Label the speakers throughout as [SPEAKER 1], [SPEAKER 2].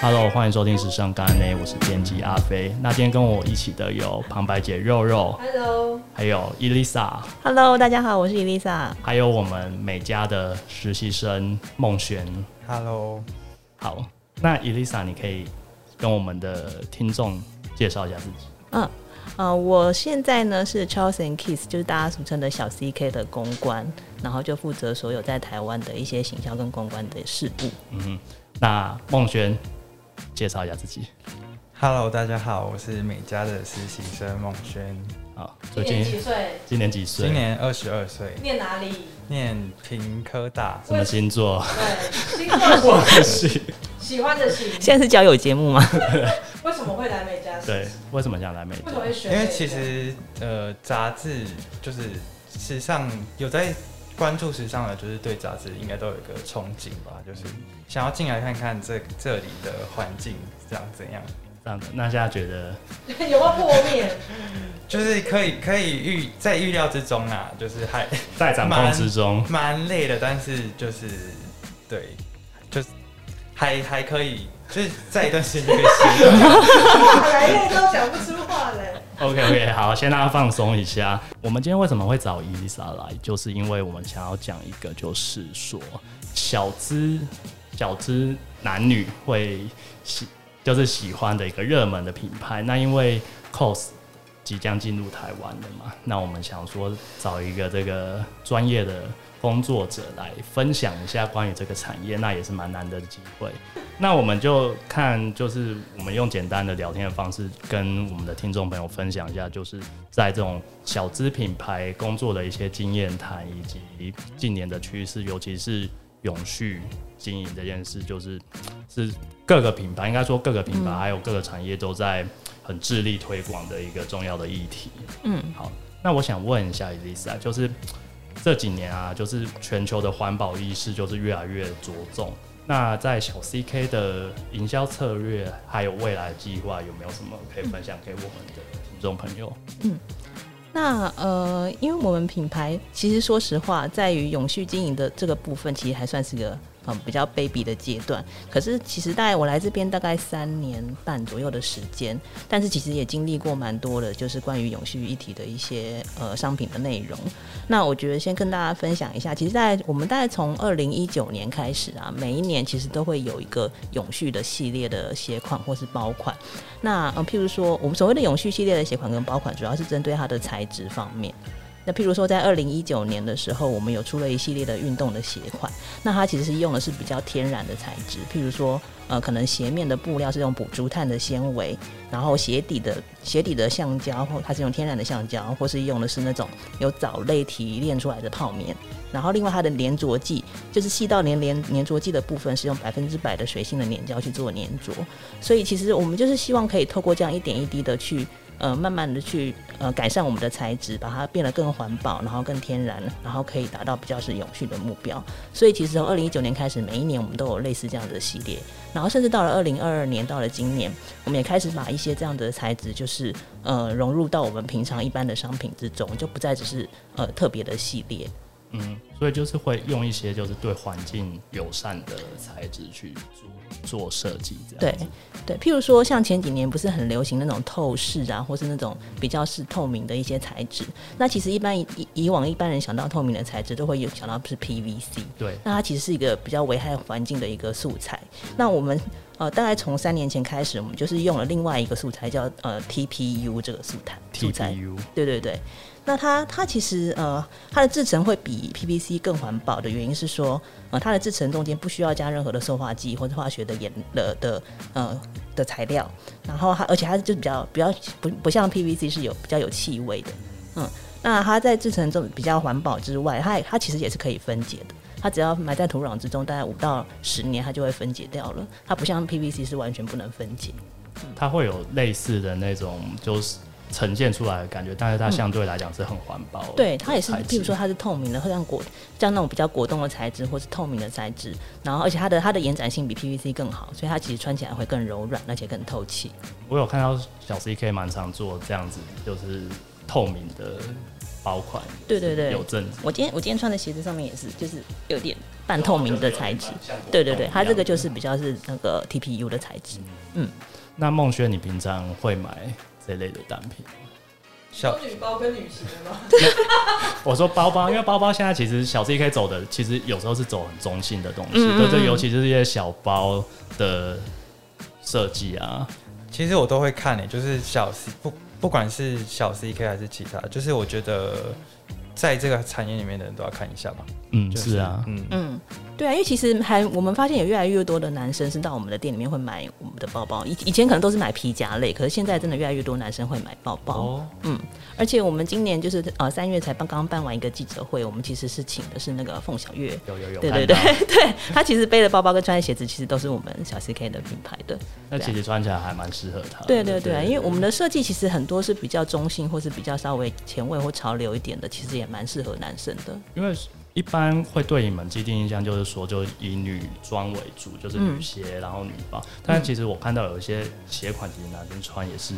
[SPEAKER 1] Hello，欢迎收听时尚干内，我是编辑阿飞。那今天跟我一起的有旁白姐肉肉，
[SPEAKER 2] Hello，
[SPEAKER 1] 还有伊丽莎，
[SPEAKER 3] Hello，大家好，我是 Elisa。
[SPEAKER 1] 还有我们美家的实习生孟璇。
[SPEAKER 4] Hello，
[SPEAKER 1] 好，那伊丽莎，你可以跟我们的听众介绍一下自己。
[SPEAKER 3] 嗯，呃，我现在呢是 Charles and Kiss，就是大家俗称的小 CK 的公关，然后就负责所有在台湾的一些行销跟公关的事务。
[SPEAKER 1] 嗯那孟璇介绍一下自己。
[SPEAKER 4] ，Hello，大家好，我是美家的实习生孟轩，
[SPEAKER 1] 好，所
[SPEAKER 2] 今
[SPEAKER 1] 以今年
[SPEAKER 2] 年哎几岁？
[SPEAKER 1] 今年几岁
[SPEAKER 4] 今？年二十二岁，
[SPEAKER 2] 念哪里？
[SPEAKER 4] 念平科大，
[SPEAKER 1] 什么星 座？
[SPEAKER 2] 对， 星座
[SPEAKER 1] 是，
[SPEAKER 2] 喜欢的星，
[SPEAKER 3] 现在是交友节目吗？
[SPEAKER 2] 为什么会来美加？
[SPEAKER 1] 对，，为什么想来美
[SPEAKER 2] 为
[SPEAKER 1] 家
[SPEAKER 2] 什么？会选
[SPEAKER 4] 因
[SPEAKER 2] 美加？
[SPEAKER 4] 为其实呃，杂志就是时尚有在关注时尚的，就是对杂志应该都有一个憧憬吧，就是想要进来看看这这里的环境长怎样，
[SPEAKER 1] 这样的，那现在觉得
[SPEAKER 2] 有没有破灭？
[SPEAKER 4] 就是可以可以预在预料之中啦，就是还。
[SPEAKER 1] 在掌控之中
[SPEAKER 4] 蛮累的，但是就是对，就是还还可以，就是在一段时间就可以习惯。
[SPEAKER 2] 哪来累都讲不出话来。
[SPEAKER 1] OK OK，好， 先让他放松一下。我们今天为什么会找伊丽莎来，就是因为我们想要讲一个，就是说小资小资男女会喜，就是喜欢的一个热门的品牌。那因为 COS 即将进入台湾了嘛，那我们想说找一个这个专业的工作者来分享一下关于这个产业，那也是蛮难得的机会。那我们就看，就是我们用简单的聊天的方式跟我们的听众朋友分享一下，就是在这种小资品牌工作的一些经验谈，以及近年的趋势，尤其是永续经营这件事，就是是各个品牌，应该说各个品牌还有各个产业都在很致力推广的一个重要的议题。
[SPEAKER 3] 嗯，
[SPEAKER 1] 好，那我想问一下 Elisa，就是这几年啊，就是全球的环保意识就是越来越着重。那在小 CK 的营销策略还有未来计划，有没有什么可以分享给我们的听众朋友？
[SPEAKER 3] 那呃，因为我们品牌其实说实话，在于永续经营的这个部分，其实还算是个嗯比较 baby 的阶段。可是其实大概我来这边大概三年半左右的时间，但是其实也经历过蛮多的，就是关于永续议题的一些呃商品的内容。那我觉得先跟大家分享一下，其实在我们大概从二零一九年开始啊，每一年其实都会有一个永续的系列的鞋款或是包款。那嗯、呃譬如说，我们所谓的永续系列的鞋款跟包款，主要是针对它的材质方面。那譬如说，在二零一九年的时候，我们有出了一系列的运动的鞋款，那它其实是用的是比较天然的材质，譬如说，呃，可能鞋面的布料是用补竹炭的纤维，然后鞋底的鞋底的橡胶，或它是用天然的橡胶，或是用的是那种有藻类提炼出来的泡棉。然后另外它的粘着剂，就是细到粘粘粘着剂的部分是用百分之百的水性的粘胶去做粘着。所以其实我们就是希望可以透过这样一点一滴的去，呃，慢慢的去呃改善我们的材质，把它变得更环保，然后更天然，然后可以达到比较是永续的目标。所以其实从二零一九年开始，每一年我们都有类似这样的系列，然后甚至到了二零二二年，到了今年，我们也开始把一些这样的材质，就是呃融入到我们平常一般的商品之中，就不再只是呃特别的系列。
[SPEAKER 1] 嗯，所以就是会用一些就是对环境友善的材质去做做设计，这样子。
[SPEAKER 3] 对，譬如说像前几年不是很流行那种透视啊，或是那种比较是透明的一些材质。那其实一般以以往一般人想到透明的材质，都会有想到是 PVC。
[SPEAKER 1] 对
[SPEAKER 3] 那它其实是一个比较危害环境的一个素材。那我们呃，大概从三年前开始，我们就是用了另外一个素材叫呃 TPU 这个素材。素材
[SPEAKER 1] ，TPU
[SPEAKER 3] 对对对。那它它其实呃，它的制成会比 PVC 更环保的原因是说，呃，它的制成中间不需要加任何的塑化剂或者化学的盐的的呃的材料，然后它而且它就比较比较不不像 PVC 是有比较有气味的，嗯，那它在制成中比较环保之外，它也它其实也是可以分解的。它只要埋在土壤之中，大概五到十年，它就会分解掉了。它不像 PVC 是完全不能分解。
[SPEAKER 1] 它会有类似的那种就是呈现出来的感觉，但是它相对来讲是很环保的材质、
[SPEAKER 3] 嗯对，它也是，譬如说它是透明的，会像果像那种比较果冻的材质，或是透明的材质，然后而且它的它的延展性比 PVC 更好，所以它其实穿起来会更柔软，而且更透气。
[SPEAKER 1] 我有看到小 CK 蛮常做这样子，就是透明的包款，
[SPEAKER 3] 对对对
[SPEAKER 1] 有正
[SPEAKER 3] 我今天我今天穿的鞋子上面也是，就是有点半透
[SPEAKER 1] 啊
[SPEAKER 3] 明的材质。对对对，它
[SPEAKER 1] 它
[SPEAKER 3] 这个就是比较是那个 TPU 的材质。
[SPEAKER 1] 那孟轩，你平常会买这类的单品？
[SPEAKER 4] 小
[SPEAKER 2] 女包跟旅行的吗？
[SPEAKER 1] 我说包包，因为包包现在其实小 C K 走的，其实有时候是走很中性的东西，
[SPEAKER 3] 嗯嗯
[SPEAKER 1] 对对，
[SPEAKER 3] 嗯
[SPEAKER 1] 尤其是这些小包的设计啊，
[SPEAKER 4] 其实我都会看诶、就是小 C 不不管是小 CK 还是其他，就是我觉得在这个产业里面的人都要看一下吧。
[SPEAKER 1] 嗯，
[SPEAKER 4] 就是
[SPEAKER 1] 啊，
[SPEAKER 4] 嗯，
[SPEAKER 3] 嗯，对啊，因为其实还我们发现有越来越多的男生是到我们的店里面会买我们的包包，以以前可能都是买皮夹类，可是现在真的越来越多男生会买包包。
[SPEAKER 4] 哦，
[SPEAKER 3] 而且我们今年就是呃三月才刚刚办完一个记者会，我们其实是请的是那个凤小月，
[SPEAKER 1] 有有有，
[SPEAKER 3] 对对对 对，她其实背的包包跟穿的鞋子其实都是我们小 CK 的品牌的。
[SPEAKER 1] 那其实穿起来还蛮适合他的。
[SPEAKER 3] 啊对对对，因为我们的设计其实很多是比较中性，或是比较稍微前卫或潮流一点的，其实也蛮适合男生的。
[SPEAKER 1] 因为一般会对你们既定印象就是说，就以女装为主，就是女
[SPEAKER 3] 嗯
[SPEAKER 1] 鞋，然后女包。但其实我看到有一些鞋款，其实男生穿也是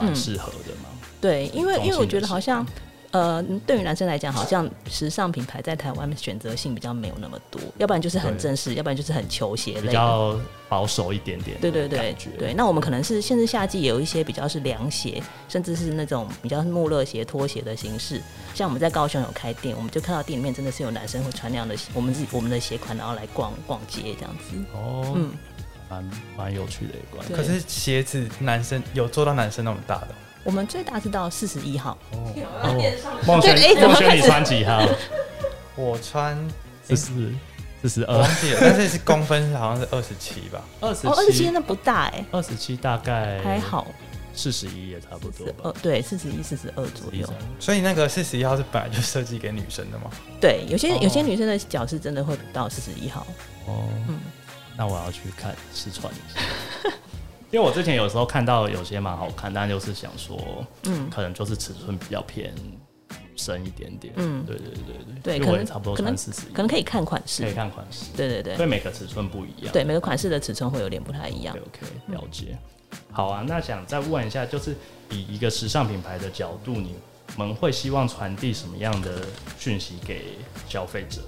[SPEAKER 1] 蛮
[SPEAKER 3] 嗯
[SPEAKER 1] 适合的嘛。
[SPEAKER 3] 对，因为
[SPEAKER 1] 中性
[SPEAKER 3] 因为我觉得
[SPEAKER 1] 的
[SPEAKER 3] 好像。呃，对于男生来讲，好像时尚品牌在台湾选择性比较没有那么多，要不然就是很
[SPEAKER 1] 对
[SPEAKER 3] 正式，要不然就是很球鞋类
[SPEAKER 1] 比
[SPEAKER 3] 的。
[SPEAKER 1] 较保守一点点。
[SPEAKER 3] 对对对
[SPEAKER 1] 感觉
[SPEAKER 3] 对，那我们可能是甚至夏季也有一些比较是凉鞋，甚至是那种比较穆勒鞋、拖鞋的形式。像我们在高雄有开店，我们就看到店里面真的是有男生会穿那样的鞋我们自己我们的鞋款，然后来逛逛街这样子。
[SPEAKER 1] 哦，
[SPEAKER 3] 嗯，
[SPEAKER 1] 蛮蛮有趣的一关。
[SPEAKER 3] 对
[SPEAKER 4] 可是鞋子男生有做到男生那么大的
[SPEAKER 3] 我们最大是到四十一号，
[SPEAKER 2] 你
[SPEAKER 4] 哦，
[SPEAKER 2] 好像 电上
[SPEAKER 1] 孟轩
[SPEAKER 3] 对哎，怎
[SPEAKER 1] 孟
[SPEAKER 3] 么
[SPEAKER 1] 轩，
[SPEAKER 3] 开
[SPEAKER 1] 你
[SPEAKER 3] 始
[SPEAKER 1] 穿几 号？
[SPEAKER 4] 我穿
[SPEAKER 1] 四四
[SPEAKER 3] 哎
[SPEAKER 1] 四十
[SPEAKER 4] 我
[SPEAKER 1] 二
[SPEAKER 4] 忘，记了，但是是公分好像是二十七吧。
[SPEAKER 1] 二十
[SPEAKER 3] 哦，二十七
[SPEAKER 1] 七，哎
[SPEAKER 3] 那不大哎、
[SPEAKER 1] 二十七大概
[SPEAKER 3] 还，好，
[SPEAKER 1] 四十一也差不多
[SPEAKER 3] 四
[SPEAKER 1] 吧
[SPEAKER 3] 二。对，四十一、四十二左右。
[SPEAKER 4] 所以那个四十一号是本来就设计给女生的吗？
[SPEAKER 3] 对，有些、
[SPEAKER 1] 哦
[SPEAKER 3] 有些女生的脚是真的会到四十一号。
[SPEAKER 1] 哦，
[SPEAKER 3] 嗯
[SPEAKER 1] 那我要去看试穿一 下，因为我之前有时候看到有些蛮好看，但就是想说，
[SPEAKER 3] 嗯，
[SPEAKER 1] 可能就是尺寸比较偏深一点点。
[SPEAKER 3] 嗯
[SPEAKER 1] 对对对对
[SPEAKER 3] 对
[SPEAKER 1] 因为
[SPEAKER 3] 可
[SPEAKER 1] 我
[SPEAKER 3] 能
[SPEAKER 1] 也差不多
[SPEAKER 3] 可能
[SPEAKER 1] 穿四十，
[SPEAKER 3] 可能可以看款式
[SPEAKER 1] 可以。看款式，
[SPEAKER 3] 对对对
[SPEAKER 1] 对每个尺寸不一样。
[SPEAKER 3] 对，每个款式的尺寸会有点不太一样嗯
[SPEAKER 1] OK。OK，了解。好啊，那想再问一下，就是以一个时尚品牌的角度，你们会希望传递什么样的讯息给消费者？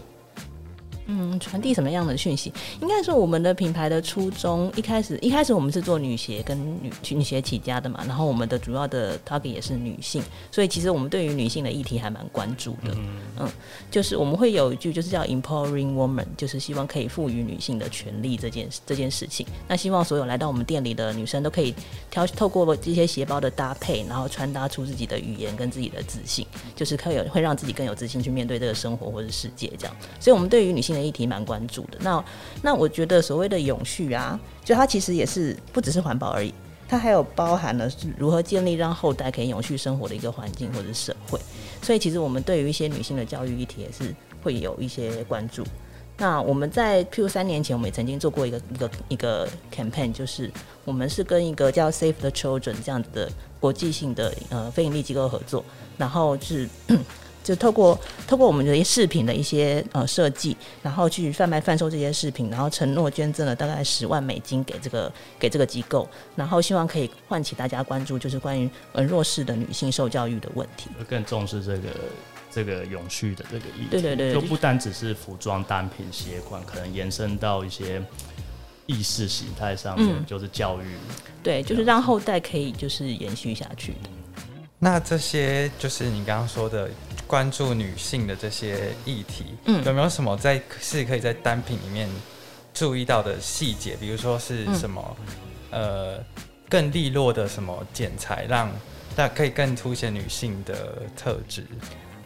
[SPEAKER 3] 嗯，传递什么样的讯息？应该说我们的品牌的初衷，一开始一开始我们是做女鞋跟女女鞋起家的嘛，然后我们的主要的 target 也是女性，所以其实我们对于女性的议题还蛮关注的。嗯就是我们会有一句就是叫 empowering woman，就是希望可以赋予女性的权利这件这件事情。那希望所有来到我们店里的女生都可以挑透过这些鞋包的搭配，然后穿搭出自己的语言跟自己的自信，就是可以有会让自己更有自信去面对这个生活或者世界这样。所以我们对于女性的议题蛮关注的。那那我觉得所谓的永续啊，就它其实也是不只是环保而已，它还有包含了是如何建立让后代可以永续生活的一个环境或者是社会。所以其实我们对于一些女性的教育议题也是会有一些关注。那我们在譬如三年前，我们也曾经做过一个一个一个 campaign，就是我们是跟一个叫 Save the Children 这样子的国际性的呃非营利机构合作，然后是 就透过透过我们的一些饰品的一些呃设计，然后去贩卖贩售这些饰品，然后承诺捐赠了大概十万美金给这个给这个机构，然后希望可以唤起大家关注，就是关于呃弱势的女性受教育的问题。
[SPEAKER 1] 就更重视这个这个永续的这个议题，
[SPEAKER 3] 对对对
[SPEAKER 1] 就不单只是服装单品、鞋款，可能延伸到一些意识形态上面，
[SPEAKER 3] 嗯
[SPEAKER 1] 就是教育。
[SPEAKER 3] 对，就是让后代可以就是延续下去的。
[SPEAKER 4] 那这些就是你刚刚说的关注女性的这些议题，
[SPEAKER 3] 嗯
[SPEAKER 4] 有没有什么在是可以在单品里面注意到的细节？比如说是什么、呃更利落的什么剪裁，让那可以更凸显女性的特质？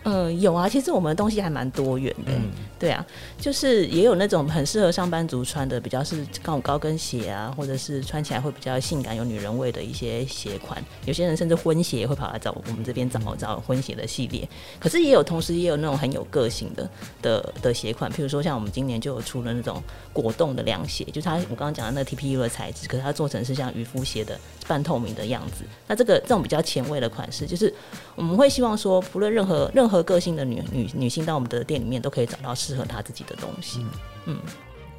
[SPEAKER 3] 嗯，有啊，其实我们的东西还蛮多元的。
[SPEAKER 4] 嗯，
[SPEAKER 3] 对啊，就是也有那种很适合上班族穿的，比较是高高跟鞋啊，或者是穿起来会比较性感、有女人味的一些鞋款。有些人甚至婚鞋也会跑来找我们这边找找婚鞋的系列。可是也有同时也有那种很有个性的的的鞋款，譬如说像我们今年就有出了那种果冻的凉鞋，就是它我刚刚讲的那个 TPU 的材质，可是它做成是像渔夫鞋的半透明的样子。那这个这种比较前卫的款式，就是我们会希望说，不论任何任何个性的女女女性到我们的店里面，都可以找到适合她自己的东西。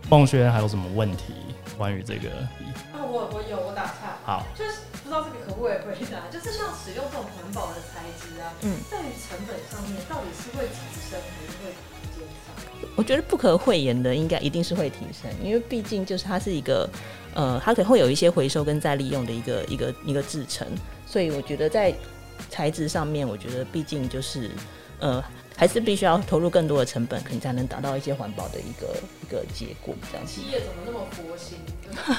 [SPEAKER 1] 孟轩还有什么问题关于这个？
[SPEAKER 2] 啊，我我有，我打岔。
[SPEAKER 1] 好，
[SPEAKER 2] 就是不知道这个可不可以回答，就是像使用这种环保的材质啊，
[SPEAKER 3] 嗯
[SPEAKER 2] 在于成本上面到底是会提升还是会减少？
[SPEAKER 3] 我觉得不可讳言的，应该一定是会提升，因为毕竟就是它是一个，呃，它可能会有一些回收跟再利用的一个一个一个制成，所以我觉得在材质上面，我觉得毕竟就是，呃，还是必须要投入更多的成本，可能才能达到一些环保的一个一个结果，这样子。
[SPEAKER 2] 企业怎么那么佛心？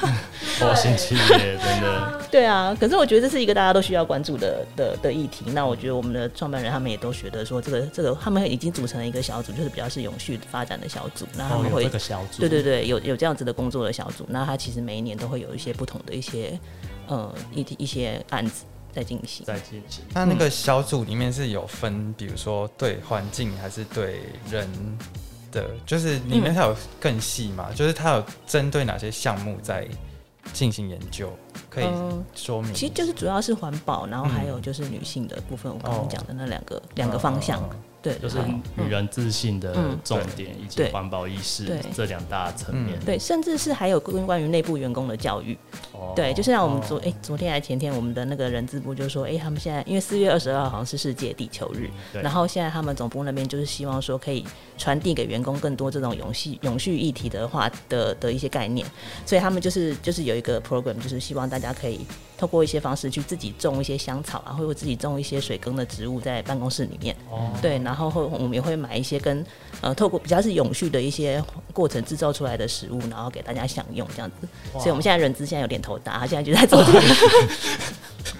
[SPEAKER 1] 佛心企业真
[SPEAKER 2] 对
[SPEAKER 1] 的，
[SPEAKER 2] 啊，
[SPEAKER 3] 对啊，可是我觉得这是一个大家都需要关注的的的议题。那我觉得我们的创办人他们也都觉得说，这个这个他们已经组成了一个小组，就是比较是永续发展的小组。那他
[SPEAKER 1] 哦
[SPEAKER 3] 们
[SPEAKER 1] 有
[SPEAKER 3] 会、
[SPEAKER 1] 这个小组，
[SPEAKER 3] 对对对，有有这样子的工作的小组，那他其实每一年都会有一些不同的一些呃一一些案子在进行。
[SPEAKER 1] 在进行。
[SPEAKER 4] 那那个小组里面是有分，比如说对环境还是对人的，就是里面它有更细嘛，就是它有针对哪些项目在进行研究，可以
[SPEAKER 3] 嗯
[SPEAKER 4] 说明一下。
[SPEAKER 3] 其实就是主要是环保，然后还
[SPEAKER 1] 嗯
[SPEAKER 3] 有就是女性的部分，我刚
[SPEAKER 1] 哦
[SPEAKER 3] 刚讲的那两个两、个方向，
[SPEAKER 4] 嗯嗯
[SPEAKER 3] 对，
[SPEAKER 1] 就是
[SPEAKER 3] 还有
[SPEAKER 1] 女人自信的
[SPEAKER 3] 嗯
[SPEAKER 1] 重点，以及
[SPEAKER 3] 对嗯
[SPEAKER 1] 环保意识
[SPEAKER 3] 对
[SPEAKER 1] 这两大层面。
[SPEAKER 3] 对，甚至是还有关关于内部员工的教育，
[SPEAKER 1] 哦
[SPEAKER 3] 对，就像我们昨哎、昨天还前天，我们的那个人资部就说，哎、他们现在因为四月二十二号好像是世界地球日，
[SPEAKER 1] 对
[SPEAKER 3] 然后现在他们总部那边就是希望说可以传递给员工更多这种永续永续议题的话的的一些概念，所以他们就是就是有一个 program，就是希望大家可以透过一些方式去自己种一些香草啊，或者自己种一些水耕的植物在办公室里面，
[SPEAKER 1] 哦
[SPEAKER 3] 对，然后会我们也会买一些跟呃透过比较是永续的一些过程制造出来的食物，然后给大家享用这样子。所以我们现在人资现在有点头大，他现在就在做 这个，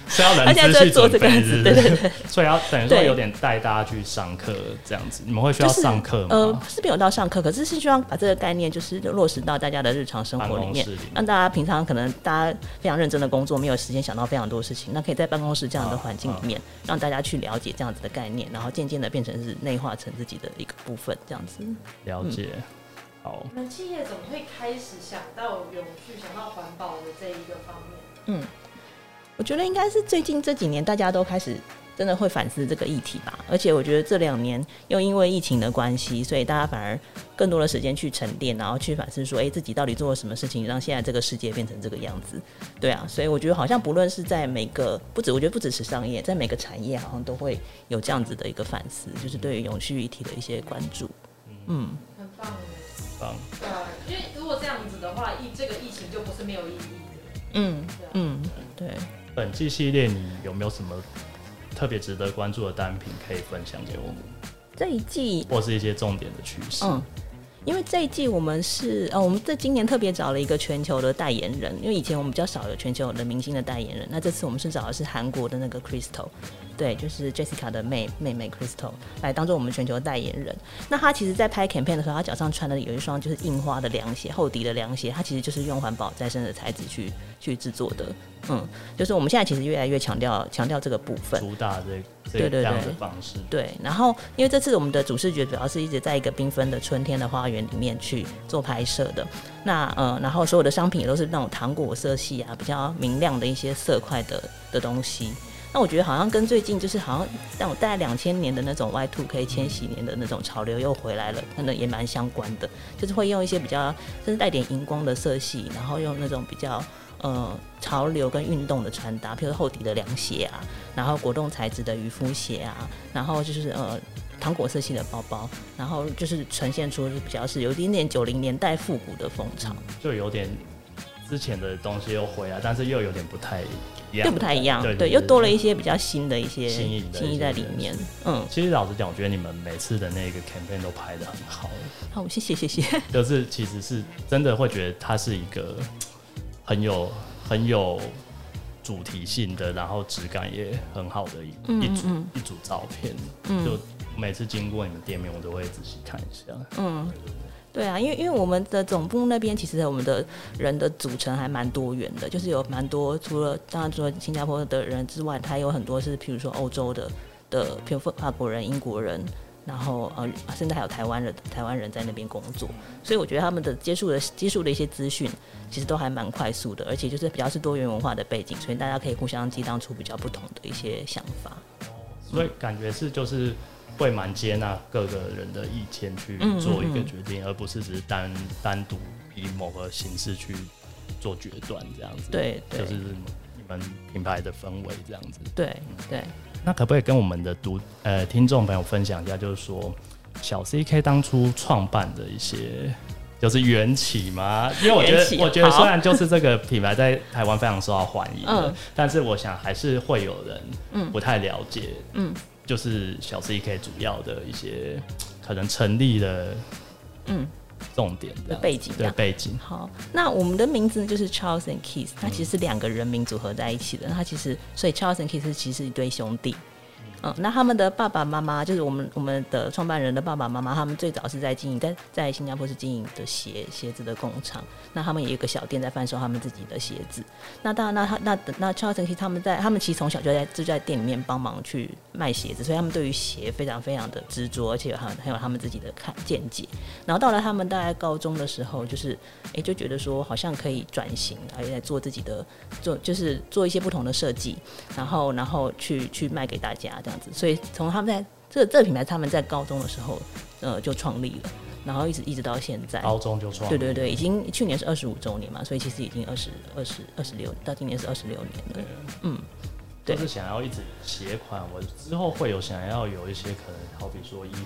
[SPEAKER 1] 是要
[SPEAKER 3] 他
[SPEAKER 1] 人
[SPEAKER 3] 现
[SPEAKER 1] 资
[SPEAKER 3] 在在
[SPEAKER 1] 去
[SPEAKER 3] 做
[SPEAKER 1] 准
[SPEAKER 3] 这个
[SPEAKER 1] 备，
[SPEAKER 3] 案
[SPEAKER 1] 是
[SPEAKER 3] 子，
[SPEAKER 1] 不
[SPEAKER 3] 对
[SPEAKER 1] 是
[SPEAKER 3] 对对，
[SPEAKER 1] 所以要等于说
[SPEAKER 3] 对
[SPEAKER 1] 有点带大家去上课这样子。你们会需要
[SPEAKER 3] 就是
[SPEAKER 1] 上课
[SPEAKER 3] 呃
[SPEAKER 1] 吗？
[SPEAKER 3] 是没有到上课，可是是希望把这个概念就是落实到大家的日常生活里
[SPEAKER 1] 办公
[SPEAKER 3] 面嗯
[SPEAKER 1] 室里面，
[SPEAKER 3] 让大家平常可能大家非常认真的工作，没有时间想到非常多事情，那可以在办公室这样的环境里
[SPEAKER 1] 嗯
[SPEAKER 3] 面，让大家去了解这样子的概念，然后渐渐的变成是内化成自己的一个部分，这样子。
[SPEAKER 1] 了解。好，
[SPEAKER 2] 你们企业怎么会开始想到永续、想到环保的这一个方面？
[SPEAKER 3] 我觉得应该是最近这几年大家都开始真的会反思这个议题吧，而且我觉得这两年又因为疫情的关系，所以大家反而更多的时间去沉淀，然后去反思说，哎、自己到底做了什么事情，让现在这个世界变成这个样子？对啊，所以我觉得好像不论是在每个不止，我觉得不只是商业，在每个产业好像都会有这样子的一个反思，就是对于永续议题的一些关注。嗯，
[SPEAKER 2] 很棒耶，
[SPEAKER 1] 棒。
[SPEAKER 2] 对啊，因为如果这样子的话，疫这个疫情就不是没有意义的。
[SPEAKER 3] 嗯
[SPEAKER 2] 对啊
[SPEAKER 3] 嗯，对。
[SPEAKER 1] 本季系列你有没有什么特别值得关注的单品可以分享给我们，
[SPEAKER 3] 这一季
[SPEAKER 1] 或是一些重点的趋势？
[SPEAKER 3] 嗯，因为这一季我们是呃，我们在今年特别找了一个全球的代言人，因为以前我们比较少有全球的明星的代言人，那这次我们是找的是韩国的那个 Crystal，对，就是 Jessica 的妹妹妹 Crystal 来当做我们全球代言人。那她其实，在拍 campaign 的时候，她脚上穿的有一双就是印花的凉鞋，厚底的凉鞋，它其实就是用环保再生的材质去去制作的。嗯，就是我们现在其实越来越强调强调这个部分。
[SPEAKER 1] 主打这这
[SPEAKER 3] 对对
[SPEAKER 1] 这
[SPEAKER 3] 对
[SPEAKER 1] 样的方式，
[SPEAKER 3] 对，然后因为这次我们的主视觉主要是一直在一个缤纷的春天的花园里面去做拍摄的。那呃，然后所有的商品也都是那种糖果色系啊，比较明亮的一些色块的的东西。那我觉得好像跟最近就是好像让我大概两千年的那种 Y two K 千禧年的那种潮流又回来了，可能也蛮相关的，就是会用一些比较甚至带点荧光的色系，然后用那种比较呃潮流跟运动的穿搭，譬如说厚底的凉鞋啊，然后果冻材质的渔夫鞋啊，然后就是呃糖果色系的包包，然后就是呈现出是比较是有一点点九零年代复古的风潮，
[SPEAKER 1] 就有点之前的东西又回来，但是又有点不太一样，
[SPEAKER 3] 又不太一样，
[SPEAKER 1] 对
[SPEAKER 3] 对，又多了一些比较新的一些
[SPEAKER 1] 新颖的一些
[SPEAKER 3] 新意在里面，嗯，
[SPEAKER 1] 其实老实讲，我觉得你们每次的那个 campaign 都拍的很好，
[SPEAKER 3] 好，谢谢谢谢，
[SPEAKER 1] 就是其实是真的会觉得它是一个很有很有主题性的，然后质感也很好的一一
[SPEAKER 3] 嗯
[SPEAKER 1] 组一组照片。就每次经过你们店面，我都会仔细看一下。
[SPEAKER 3] 对啊，因为因为我们的总部那边其实我们的人的组成还蛮多元的，就是有蛮多除了当然除了新加坡的人之外，它有很多是譬如说欧洲的的，譬如说法国人、英国人，然后呃甚至还有台湾人台湾人在那边工作，所以我觉得他们的接触的接触的一些资讯其实都还蛮快速的，而且就是比较是多元文化的背景，所以大家可以互相激荡出比较不同的一些想法。
[SPEAKER 1] 所以感觉是就是会蛮接纳各个人的意见去
[SPEAKER 3] 嗯嗯
[SPEAKER 1] 做一个
[SPEAKER 3] 嗯
[SPEAKER 1] 决定，而不是只是单单独以某个形式去做决断这样子。，
[SPEAKER 3] 对
[SPEAKER 1] 就
[SPEAKER 3] 对
[SPEAKER 1] 是你们品牌的氛围这样子。
[SPEAKER 3] 对对，
[SPEAKER 1] 那可不可以跟我们的读呃听众朋友分享一下，就是说小 CK 当初创办的一些就是缘起吗？因为我觉
[SPEAKER 3] 缘起
[SPEAKER 1] 得，我觉得
[SPEAKER 3] 好
[SPEAKER 1] 虽然就是这个品牌在台湾非常受到欢迎，
[SPEAKER 3] 嗯
[SPEAKER 1] 但是我想还是会有人
[SPEAKER 3] 嗯
[SPEAKER 1] 不太了解，
[SPEAKER 3] 嗯
[SPEAKER 1] 就是小 CK 主要的一些可能成立的
[SPEAKER 3] 嗯
[SPEAKER 1] 重点这样子
[SPEAKER 3] 背景这啊
[SPEAKER 1] 对
[SPEAKER 3] 样
[SPEAKER 1] 背景，
[SPEAKER 3] 好，那我们的名字就是 Charles and Keith，它其实是两个人名组合在一起的。它其实，所以 Charles and Keith 其实是一对兄弟。嗯，那他们的爸爸妈妈就是我们我们的创办人的爸爸妈妈，他们最早是在经营在在新加坡是经营的鞋鞋子的工厂，那他们也有一个小店在贩售他们自己的鞋子。那当然，那他那那 Charles and Keith 他们在他们其实从小就在就在店里面帮忙去卖鞋子，所以他们对于鞋非常非常的执着，而且有他很有他们自己的看见解。然后到了他们大概高中的时候，就是哎、就觉得说好像可以转型，而且来做自己的做，就是做一些不同的设计，然后然后去去卖给大家这样子。所以从他们在这这个品牌，他们在高中的时候，呃，就创立了，然后一直一直到现在。
[SPEAKER 1] 高中就创，
[SPEAKER 3] 对对对，已经去年是二十五周年嘛，所以其实已经二十二十二十六，到今年是二十六年了。嗯，对
[SPEAKER 1] 就是想要一直鞋款，我之后会有想要有一些可能，好比说衣服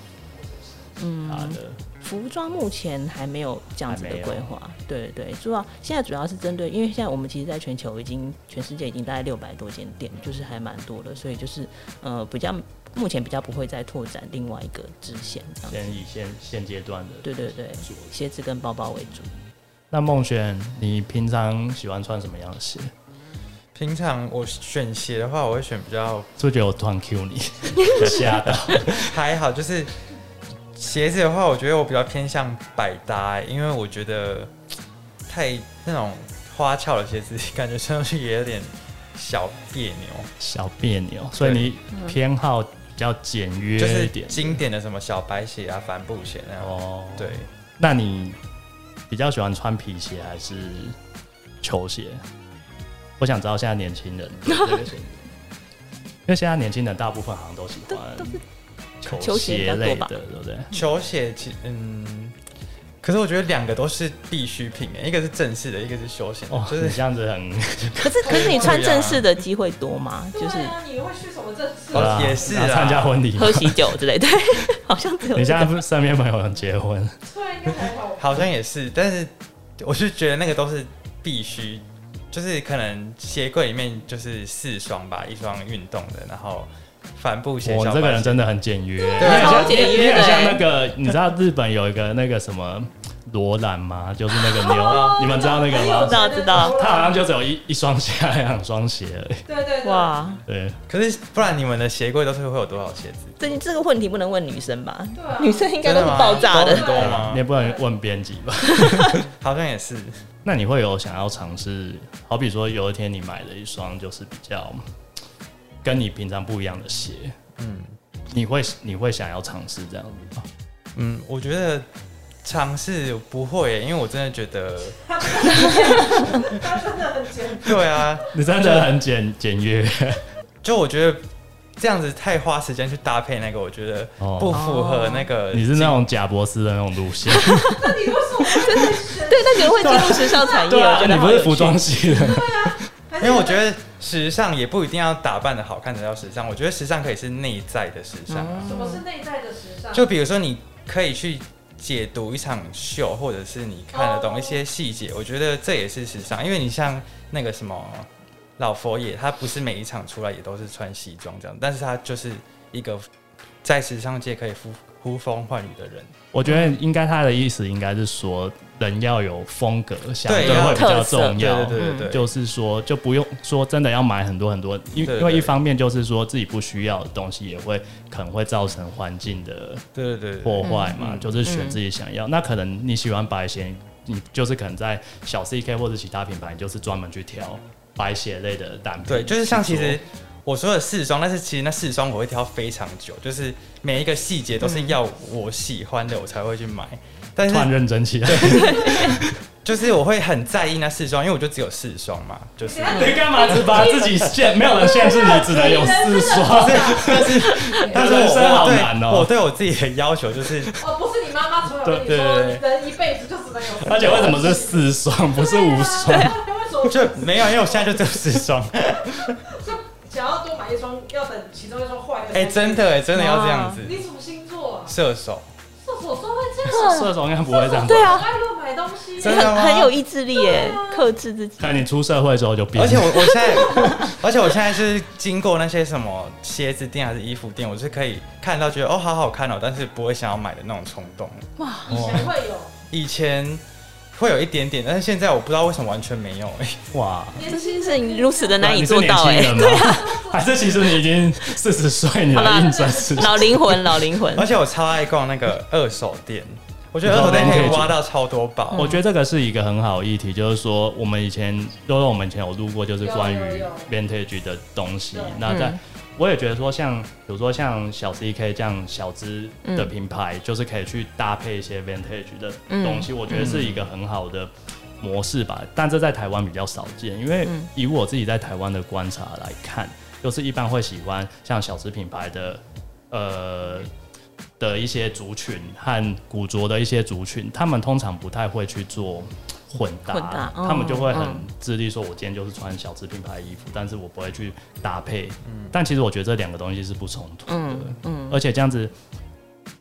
[SPEAKER 3] 嗯
[SPEAKER 1] 啊的。
[SPEAKER 3] 服装目前还没有这样子的
[SPEAKER 1] 还没有
[SPEAKER 3] 规划，对对对，主要现在主要是针对，因为现在我们其实在全球已经全世界已经大概六百多间店，就是还蛮多的，所以就是呃比较目前比较不会再拓展另外一个支线这样子，
[SPEAKER 1] 先以现现阶段的
[SPEAKER 3] 对对对，
[SPEAKER 1] 做。
[SPEAKER 3] 鞋子跟包包为主。
[SPEAKER 1] 那孟璇，你平常喜欢穿什么样的鞋？
[SPEAKER 4] 平常我选鞋的话，我会选比较
[SPEAKER 1] 是不是觉得我突然 Q 你，吓到？
[SPEAKER 4] 还好，就是鞋子的话，我觉得我比较偏向百搭、因为我觉得太那种花俏的鞋子，感觉穿上去也有点小别扭。
[SPEAKER 1] 小别扭，所以你
[SPEAKER 3] 嗯
[SPEAKER 1] 偏好比较简
[SPEAKER 4] 就
[SPEAKER 1] 约
[SPEAKER 4] 是
[SPEAKER 1] 一点。
[SPEAKER 4] 经典的什么小白鞋啊、帆布鞋那种。
[SPEAKER 1] 哦，
[SPEAKER 4] 对，，
[SPEAKER 1] 那你比较喜欢穿皮鞋还是球鞋？我想知道现在年轻人 对这个选择，因为现在年轻人大部分好像都喜欢
[SPEAKER 3] 球鞋比较多
[SPEAKER 1] 类
[SPEAKER 3] 吧
[SPEAKER 1] 的，对不对？
[SPEAKER 4] 球鞋其嗯，可是我觉得两个都是必需品、欸一个是正式的，一个是休闲的，
[SPEAKER 1] 哦，
[SPEAKER 4] 就
[SPEAKER 1] 你
[SPEAKER 4] 是
[SPEAKER 1] 这样子很
[SPEAKER 3] 可是可是你穿正式的机会多吗？
[SPEAKER 2] 对
[SPEAKER 3] 就是
[SPEAKER 2] 啊，你会去什么正式？
[SPEAKER 1] 对
[SPEAKER 4] 哦
[SPEAKER 1] 啊
[SPEAKER 4] 也是
[SPEAKER 1] 然
[SPEAKER 4] 啊
[SPEAKER 1] 后参加婚礼嘛。
[SPEAKER 3] 喝喜酒之类的， 好像只有
[SPEAKER 1] 你
[SPEAKER 3] 这
[SPEAKER 1] 现在
[SPEAKER 3] 个。
[SPEAKER 1] 不是身边朋友结婚，
[SPEAKER 2] 对，应该还好。
[SPEAKER 4] 好像也是，但是我是觉得那个都是必须，就是可能鞋柜里面就是四双吧，一双运动的，然后帆布鞋、
[SPEAKER 1] 我
[SPEAKER 4] 小
[SPEAKER 1] 哦这个
[SPEAKER 4] 白
[SPEAKER 1] 人
[SPEAKER 4] 鞋，
[SPEAKER 1] 真的很简约，
[SPEAKER 4] 对啊
[SPEAKER 1] 你很像
[SPEAKER 3] 超简
[SPEAKER 1] 你
[SPEAKER 3] 约的
[SPEAKER 1] 很像那个，你知道日本有一个那个什么罗兰吗？就是那个牛，
[SPEAKER 3] 哦
[SPEAKER 1] 你们知道那个
[SPEAKER 3] 知
[SPEAKER 1] 吗？
[SPEAKER 3] 道知道
[SPEAKER 1] 他好像就只有一一双鞋，还两双鞋而已。
[SPEAKER 2] 对对对，
[SPEAKER 3] 哇，
[SPEAKER 1] 对，
[SPEAKER 4] 可是不然你们的鞋柜都是会有多少鞋子？
[SPEAKER 3] 这这个问题不能问女生吧？
[SPEAKER 2] 对啊
[SPEAKER 3] 女生应该都是爆炸
[SPEAKER 4] 真的。
[SPEAKER 3] 的
[SPEAKER 4] 吗多吗
[SPEAKER 1] 你也不能问编辑吧？
[SPEAKER 4] 好像也是，
[SPEAKER 1] 那你会有想要尝试，好比说有一天你买了一双就是比较跟你平常不一样的鞋，
[SPEAKER 4] 嗯
[SPEAKER 1] 你会你会想要尝试这样子吗？
[SPEAKER 4] 嗯，我觉得尝试不会耶，因为我真的觉得，
[SPEAKER 2] 他真的很简单。
[SPEAKER 4] 对啊，
[SPEAKER 1] 你真的很简简约
[SPEAKER 4] 就我觉得这样子太花时间去搭配那个，我觉得
[SPEAKER 1] 哦
[SPEAKER 4] 不符合那个。
[SPEAKER 1] 你是那种贾博士的那种路线，
[SPEAKER 2] 那你为什么会这么选？
[SPEAKER 3] 对，那你们会进入时尚产 业，
[SPEAKER 1] 对
[SPEAKER 3] 我
[SPEAKER 1] 啊，
[SPEAKER 3] 觉
[SPEAKER 1] 你
[SPEAKER 3] 得
[SPEAKER 1] 不
[SPEAKER 3] 好
[SPEAKER 1] 是
[SPEAKER 3] 有
[SPEAKER 1] 服
[SPEAKER 3] 趣。
[SPEAKER 1] 装系的，
[SPEAKER 2] 还是
[SPEAKER 4] 因为我觉得时尚也不一定要打扮的好看才叫时尚，我觉得时尚可以是内在的时尚啊。
[SPEAKER 2] 什么是内在的时尚？
[SPEAKER 4] 就比如说，你可以去解读一场秀，或者是你看得懂一些细节，我觉得这也是时尚。因为你像那个什么老佛爷，他不是每一场出来也都是穿西装这样，但是他就是一个在时尚界可以呼呼风唤雨的人。
[SPEAKER 1] 我觉得应该他的意思应该是说，人要有风格，相
[SPEAKER 4] 对
[SPEAKER 1] 对会比较
[SPEAKER 3] 要特色
[SPEAKER 1] 重
[SPEAKER 4] 对
[SPEAKER 1] 要
[SPEAKER 4] 对。对对对，
[SPEAKER 1] 就是说，就不用说真的要买很多很多，因
[SPEAKER 4] 对对
[SPEAKER 1] 因为一方面就是说自己不需要的东西，也会可能会造成环境的
[SPEAKER 4] 对对对对，
[SPEAKER 1] 破坏嘛，
[SPEAKER 4] 嗯
[SPEAKER 1] 就是选自己想要。那可能你喜欢白鞋，你就是可能在小 CK 或者其他品牌，你就是专门去挑白鞋类的单品。
[SPEAKER 4] 对，就是像其
[SPEAKER 1] 去
[SPEAKER 4] 实我说的试妆，但是其实那试妆我会挑非常久，就是每一个细节都是要我喜欢的，我才会去买。但
[SPEAKER 1] 做突然
[SPEAKER 4] 是
[SPEAKER 1] 认真起来，
[SPEAKER 4] 就是我会很在意那四双，因为我就只有四双嘛， 就 是
[SPEAKER 2] 啊
[SPEAKER 1] 你干嘛只把自己限？没有人限制你，只能有四 双。
[SPEAKER 4] 但是我
[SPEAKER 1] 人生好难哦
[SPEAKER 4] 我对我对我自己的要求就是，
[SPEAKER 2] 哦，不是你妈妈从小跟你
[SPEAKER 4] 对
[SPEAKER 2] 说，
[SPEAKER 4] 对对
[SPEAKER 2] 人一辈子就只能有。
[SPEAKER 1] 而且为什么是四双，不是五双？
[SPEAKER 2] 他为什么
[SPEAKER 4] 就没有，因为我现在就只有 四 双。
[SPEAKER 2] 就想要多买一双，要等其中一双坏了？
[SPEAKER 4] 哎、真的。哎、真的要这样子。
[SPEAKER 2] 你什么星座啊？
[SPEAKER 4] 射手，
[SPEAKER 2] 射手座会这样？
[SPEAKER 1] 射手应该不会这样。
[SPEAKER 3] 嗯对啊
[SPEAKER 2] 爱乱买东西。
[SPEAKER 4] 真的吗啊
[SPEAKER 3] 很很有意志力耶，克制自己。
[SPEAKER 1] 看你出社会之后就变。
[SPEAKER 4] 而且我我现在，而且我现在是经过那些什么鞋子店还是衣服店，我是可以看到觉得哦好好看哦，但是不会想要买的那种冲动。
[SPEAKER 2] 以前会
[SPEAKER 3] 哦
[SPEAKER 2] 有，
[SPEAKER 4] 以前会有一点点，但是现在我不知道为什么完全没有、哎
[SPEAKER 1] 哇，
[SPEAKER 2] 年
[SPEAKER 3] 这
[SPEAKER 2] 轻
[SPEAKER 3] 件事
[SPEAKER 2] 人
[SPEAKER 3] 情如此的难以
[SPEAKER 1] 啊你是
[SPEAKER 3] 做
[SPEAKER 1] 年
[SPEAKER 3] 到
[SPEAKER 1] 轻
[SPEAKER 3] 哎、
[SPEAKER 1] 人吗？ 还是其实你已经四十岁，你
[SPEAKER 3] 好
[SPEAKER 1] 来
[SPEAKER 3] 啦
[SPEAKER 1] 应征是？
[SPEAKER 3] 老灵魂，老灵魂
[SPEAKER 4] 而。且我超爱逛那个二手店，我觉得二手店可以挖到超多宝。
[SPEAKER 1] 我觉得这个是一个很好的议题，就是说我们以前，就是我们以前有录过，就是关
[SPEAKER 2] 有有
[SPEAKER 1] 于
[SPEAKER 2] 有
[SPEAKER 1] vintage 的东西
[SPEAKER 2] 对。
[SPEAKER 1] 那在、
[SPEAKER 3] 嗯
[SPEAKER 1] 我也觉得说像，比如说像小 CK 这样小资的
[SPEAKER 3] 嗯
[SPEAKER 1] 品牌，就是可以去搭配一些 vintage 的东西，我觉得是
[SPEAKER 3] 嗯
[SPEAKER 1] 一个很好的。模式吧，但这在台湾比较少见，因为
[SPEAKER 3] 嗯
[SPEAKER 1] 以我自己在台湾的观察来看，就是一般会喜欢像小资品牌的，呃，的一些族群和古着的一些族群，他们通常不太会去做混搭，
[SPEAKER 3] 混搭哦
[SPEAKER 1] 他们就会很
[SPEAKER 3] 嗯
[SPEAKER 1] 致力说，我今天就是穿小资品牌的衣服，但是我不会去搭配。但其实我觉得这两个东西是不冲突的，
[SPEAKER 3] 嗯嗯，
[SPEAKER 1] 而且这样子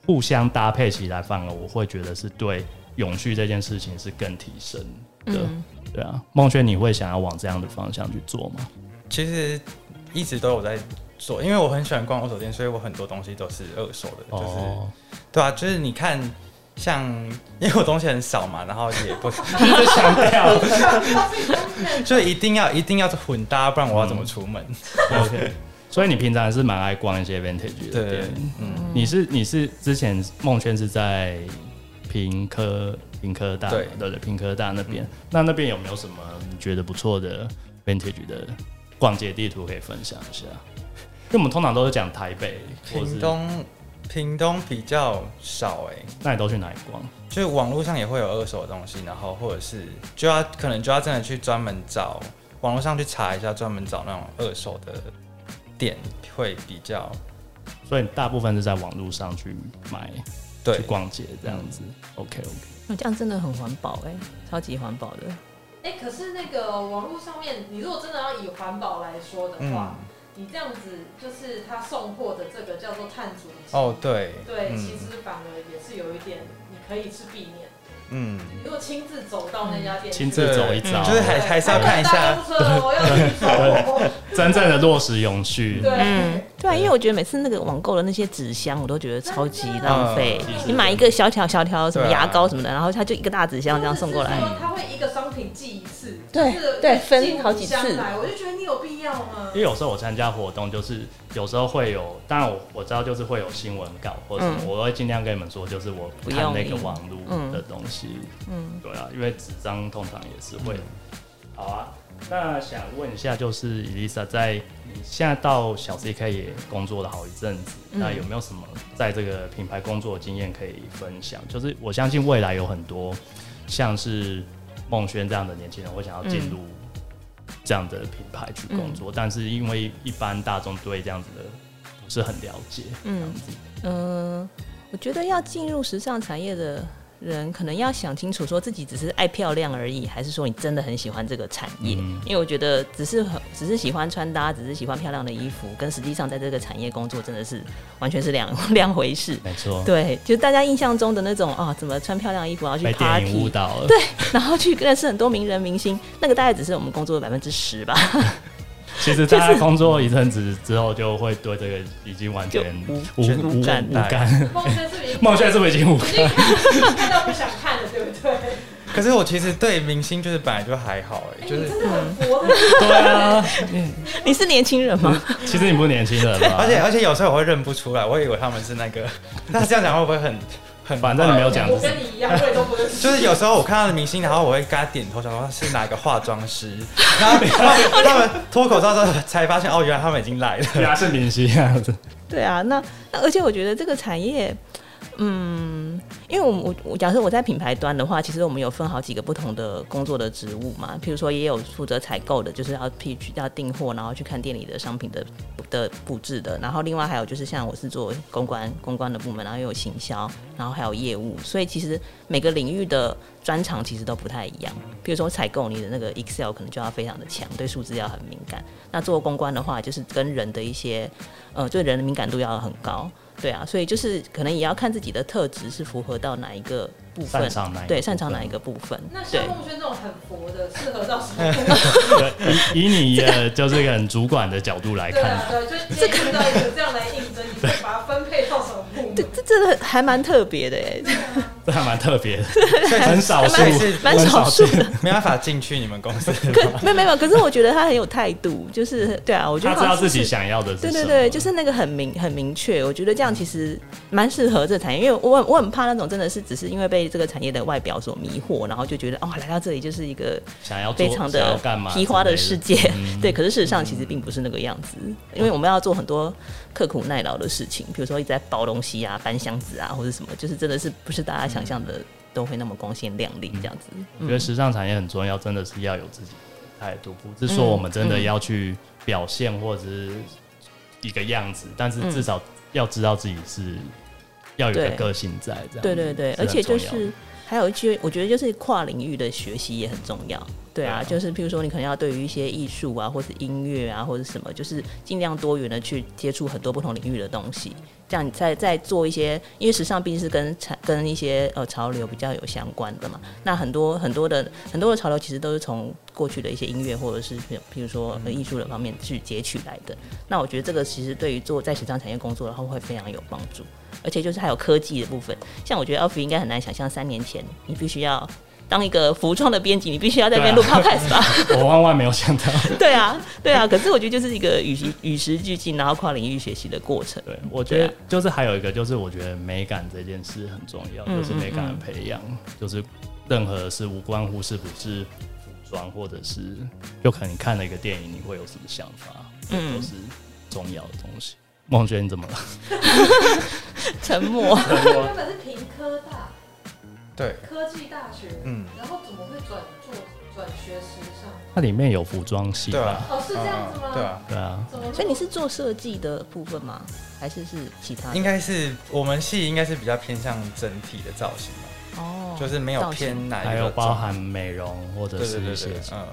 [SPEAKER 1] 互相搭配起来，反而我会觉得是对永续这件事情是更提升的。
[SPEAKER 3] 嗯
[SPEAKER 1] 对啊，孟轩，你会想要往这样的方向去做吗？
[SPEAKER 4] 其实一直都有在做，因为我很喜欢逛二手店，所以我很多东西都是二手的，就是、
[SPEAKER 1] 哦，
[SPEAKER 4] 对啊，就是你看。像， 因为我东西很少嘛，然后也不，
[SPEAKER 1] 就是强调
[SPEAKER 4] 就一定要一定要混搭，不然我要怎么出门？
[SPEAKER 1] OK。所以你平常还是蛮爱逛一些 vintage 的
[SPEAKER 4] 对
[SPEAKER 1] 店，，
[SPEAKER 4] 嗯，
[SPEAKER 1] 你是你是之前梦圈是在平科平科大嘛
[SPEAKER 4] 对嗯
[SPEAKER 1] 对对平科大那边，那那边有没有什么你觉得不错的 vintage 的逛街地图可以分享一下？因为我们通常都是讲台北 或嗯是
[SPEAKER 4] 屏东屏东比较少哎、
[SPEAKER 1] 那你都去哪里逛？
[SPEAKER 4] 就是网络上也会有二手的东西，然后或者是就要可能就要真的去专门找网络上去查一下，专门找那种二手的店会比较
[SPEAKER 1] 所以你大部分是在网络上去买
[SPEAKER 4] 对
[SPEAKER 1] 去。逛街这样子。OK OK，
[SPEAKER 3] 那哦这样真的很环保哎、超级环保的。
[SPEAKER 2] 哎，可是那个网络上面，你如果真的要以环保来说的
[SPEAKER 4] 嗯
[SPEAKER 2] 话，，你这样子就是他送货的这个叫做碳足迹。
[SPEAKER 4] 哦对，
[SPEAKER 2] 对，
[SPEAKER 4] 嗯
[SPEAKER 2] 其实反而也是有一点，你可以是避免。
[SPEAKER 4] 嗯，
[SPEAKER 2] 你如果亲自走到那家店去，
[SPEAKER 1] 亲自走一
[SPEAKER 4] 对
[SPEAKER 1] 遭，
[SPEAKER 4] 就是嗯
[SPEAKER 2] 嗯
[SPEAKER 4] 还还是要看一下
[SPEAKER 2] 搭公车哦，我要去 走。
[SPEAKER 1] 真正的落实永续。
[SPEAKER 2] 对，
[SPEAKER 3] 嗯，对啊，因为我觉得每次那个网购的那些纸箱，我都觉得超级浪费
[SPEAKER 1] 嗯。
[SPEAKER 3] 你买一个小条小条什么
[SPEAKER 4] 对啊
[SPEAKER 3] 牙膏什么的，然后它就一个大纸箱这样送过来
[SPEAKER 2] 或。者是说他会一个商品寄一次，
[SPEAKER 3] 对
[SPEAKER 2] 就是
[SPEAKER 3] 对分
[SPEAKER 2] 寄五
[SPEAKER 3] 好几次
[SPEAKER 2] 箱来，我就觉得你有必要 吗
[SPEAKER 1] 因？为有时候我参加活动，就是有时候会有，当然我我知道就是会有新闻稿或者什么，
[SPEAKER 3] 嗯
[SPEAKER 1] 我会尽量跟你们说，就是我
[SPEAKER 3] 不
[SPEAKER 1] 看
[SPEAKER 3] 用
[SPEAKER 1] 那个
[SPEAKER 3] 印
[SPEAKER 1] 网络的东西，
[SPEAKER 3] 嗯，
[SPEAKER 1] 对啊，因为纸张通常也是会。好啊，那想问一下，就是伊丽莎在你现在到小 CK 也工作了好一阵子，
[SPEAKER 3] 嗯
[SPEAKER 1] 那有没有什么在这个品牌工作的经验可以分享？就是我相信未来有很多像是孟轩这样的年轻人会想要
[SPEAKER 3] 嗯
[SPEAKER 1] 进入这样的品牌去工作，但是因为一般大众对这样子的不是很了解，
[SPEAKER 3] 嗯
[SPEAKER 1] 这样子
[SPEAKER 3] 嗯、我觉得要进入时尚产业的人，可能要想清楚，说自己只是爱漂亮而已，还是说你真的很喜欢这个产业？
[SPEAKER 1] 嗯
[SPEAKER 3] 因为我觉得只是很只是喜欢穿搭，只是喜欢漂亮的衣服，跟实际上在这个产业工作真的是完全是两 两回事。
[SPEAKER 1] 没错，
[SPEAKER 3] 对，就是大家印象中的那种啊，怎么穿漂亮衣服，然后去
[SPEAKER 1] 被电影
[SPEAKER 3] party，
[SPEAKER 1] 误导了，对，
[SPEAKER 3] 然后去认识很多名人明星，那个大概只是我们工作的百分之十吧，
[SPEAKER 1] 其实大家工作一阵子之后，就会对这个已经完全
[SPEAKER 3] 就无
[SPEAKER 1] 无
[SPEAKER 4] 全
[SPEAKER 1] 无
[SPEAKER 4] 无感
[SPEAKER 1] 无 感。
[SPEAKER 2] 梦轩是不是已经
[SPEAKER 1] 孟轩是不是已经无？
[SPEAKER 2] 已经看看到不想看了，对不 对？
[SPEAKER 4] 可是我其实对明星就是本来就还好哎、
[SPEAKER 2] 哎，
[SPEAKER 4] 就
[SPEAKER 2] 你
[SPEAKER 4] 是嗯
[SPEAKER 2] 真的很佛的，
[SPEAKER 1] 对 啊，
[SPEAKER 3] 你是年轻人吗？
[SPEAKER 1] 其实你不是年轻人吧？
[SPEAKER 4] 而且而且有时候我会认不出来，我以为他们是那个， 那这样讲会不会很很？
[SPEAKER 1] 反正你没有讲
[SPEAKER 2] 我跟你一样，我也都不认识。
[SPEAKER 4] 就是有时候我看到的明星，然后我会跟他点头，想说他是哪个化妆师，然后他们他们脱口罩之后才发现，哦，原来他们已经 来了。
[SPEAKER 1] 人家是明星这样子，
[SPEAKER 3] 啊对啊，那那而且我觉得这个产业，嗯，因为我我我假设我在品牌端的话，其实我们有分好几个不同的工作的职务嘛，譬如说也有负责采购的，就是要 P 去要订货，然后去看店里的商品的的布置的，然后另外还有就是像我是做公关公关的部门，然后又有行销，然后还有业务，所以其实每个领域的专长其实都不太一样。譬如说采购，你的那个 Excel 可能就要非常的强，对数字要很敏感。那做公关的话，就是跟人的一些呃对人的敏感度要很高。对啊，所以就是可能也要看自己的特质是符合到哪一个部分，
[SPEAKER 1] 擅长哪一个
[SPEAKER 3] 对
[SPEAKER 1] 部
[SPEAKER 3] 擅长
[SPEAKER 1] 分
[SPEAKER 3] 哪一个部分。
[SPEAKER 2] 那
[SPEAKER 3] 对
[SPEAKER 2] 像孟轩这种很佛的，适合到什么？
[SPEAKER 1] 对以以你的就是一个很主管的角度来
[SPEAKER 2] 对啊，
[SPEAKER 1] 看，
[SPEAKER 2] 对，就今天遇到一个这样来应征，你会把它分配到什么部门？
[SPEAKER 3] 这这真的还蛮特别的 哎，
[SPEAKER 1] 这还蛮特别的，
[SPEAKER 4] 所以
[SPEAKER 1] 很少数
[SPEAKER 4] 所以是
[SPEAKER 3] 蛮少数的。
[SPEAKER 4] 没办法进去你们公司。
[SPEAKER 3] 没有没有，可是我觉得他很有态度，就是对啊，我觉
[SPEAKER 1] 他
[SPEAKER 3] 得
[SPEAKER 1] 知道
[SPEAKER 3] 好像
[SPEAKER 1] 自己
[SPEAKER 3] 是
[SPEAKER 1] 想要的是
[SPEAKER 3] 对
[SPEAKER 1] 什
[SPEAKER 3] 对
[SPEAKER 1] 么。
[SPEAKER 3] 对，就是那个很明很明确，我觉得这样其实蛮适合这产业，因为我我很怕那种真的是只是因为被这个产业的外表所迷惑，然后就觉得哦来到这里就是一个
[SPEAKER 1] 想要做
[SPEAKER 3] 非常
[SPEAKER 1] 想
[SPEAKER 3] 的
[SPEAKER 1] 要干嘛
[SPEAKER 3] 皮花的世界
[SPEAKER 1] 之类的嗯， 哦
[SPEAKER 3] 对。可是事实上其实并不是那个样子，因为我们要做很多刻苦耐劳的事情，比如说一直在包东西啊、搬箱子啊，或者什么，就是真的是不是大家想象
[SPEAKER 1] 嗯
[SPEAKER 3] 的都会那么光鲜亮丽这样子。
[SPEAKER 1] 我觉得时尚产业很重要，真的是要有自己的态度，不是说
[SPEAKER 3] 嗯
[SPEAKER 1] 我们真的要去表现或者是一个样子，但是至少要知道自己是要有一个
[SPEAKER 3] 嗯对
[SPEAKER 1] 个性在这样。
[SPEAKER 3] 对对对，
[SPEAKER 1] 是
[SPEAKER 3] 而
[SPEAKER 1] 很
[SPEAKER 3] 且就
[SPEAKER 1] 重要的
[SPEAKER 3] 是还有一些，我觉得就是跨领域的学习也很重要。对
[SPEAKER 1] 对
[SPEAKER 3] 啊，
[SPEAKER 1] 啊
[SPEAKER 3] 就是譬如说，你可能要对于一些艺术啊，或是音乐啊，或者什么，就是尽量多元的去接触很多不同领域的东西，这样你在在做一些，因为时尚毕竟是跟产跟一些呃潮流比较有相关的嘛。那很多很多的很多的潮流其实都是从过去的一些音乐或者是譬如说呃艺术的方面去截取来
[SPEAKER 1] 嗯
[SPEAKER 3] 的。那我觉得这个其实对于做在时尚产业工作的话会非常有帮助，而且就是还有科技的部分，像我觉得 Alfie 应该很难想象三年前你必须要当一个服装的编辑，你必须要在那边录
[SPEAKER 4] 啊
[SPEAKER 3] podcast 吧？
[SPEAKER 1] 我万万没有想到，
[SPEAKER 3] 对啊，对啊。可是我觉得就是一个与时与时俱进，然后跨领域学习的过程。
[SPEAKER 1] 对我觉得
[SPEAKER 3] 对啊
[SPEAKER 1] 就是还有一个就是我觉得美感这件事很重要，
[SPEAKER 3] 嗯
[SPEAKER 1] 就是美感的培养，就是任何事无关乎是不是服装，或者是就可能你看了一个电影，你会有什么想法，
[SPEAKER 3] 嗯
[SPEAKER 1] 这都是重要的东西。孟轩你怎么了？
[SPEAKER 3] 嗯沉默。
[SPEAKER 2] 他原本是平科大
[SPEAKER 4] 对，
[SPEAKER 2] 科技大学，
[SPEAKER 4] 嗯，
[SPEAKER 2] 然后怎么会转做转学时尚？
[SPEAKER 1] 它里面有服装系
[SPEAKER 4] 对
[SPEAKER 1] 吧？
[SPEAKER 4] 啊，
[SPEAKER 2] 哦，是这样子吗？
[SPEAKER 4] 嗯对，啊，
[SPEAKER 1] 对啊，
[SPEAKER 2] 怎么？
[SPEAKER 3] 所以你是做设计的部分吗？还是是其他的？
[SPEAKER 4] 应该是我们系应该是比较偏向整体的造型吧，
[SPEAKER 3] 哦，
[SPEAKER 4] 就是没有
[SPEAKER 3] 造型
[SPEAKER 4] 偏哪一个
[SPEAKER 1] 还有
[SPEAKER 4] 种
[SPEAKER 1] 包含美容或者
[SPEAKER 4] 对对
[SPEAKER 1] 是一
[SPEAKER 4] 对
[SPEAKER 1] 些
[SPEAKER 4] 对，嗯，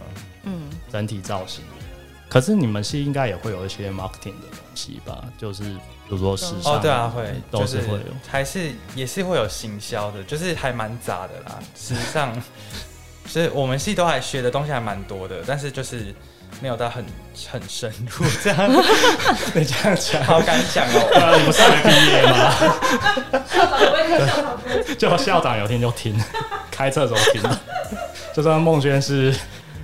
[SPEAKER 3] 嗯，
[SPEAKER 1] 整体造型。可是你们系应该也会有一些 marketing 的东西吧？就是比如说时尚
[SPEAKER 4] 哦对啊会
[SPEAKER 1] 都
[SPEAKER 4] 就是是
[SPEAKER 1] 会有。
[SPEAKER 4] 还是也是会有行销的，就是还蛮杂的啦。实际上， 就是我们系都还学的东西还蛮多的，但是就是没有到很很深入这样。
[SPEAKER 1] 你这样讲，
[SPEAKER 4] 好敢讲 哦，
[SPEAKER 1] 呃，你不是还没毕业吗？
[SPEAKER 2] 校长 会跟校
[SPEAKER 1] 嗯
[SPEAKER 2] 长说，
[SPEAKER 1] 就校长有听就听，开厕所听。 就算孟轩是，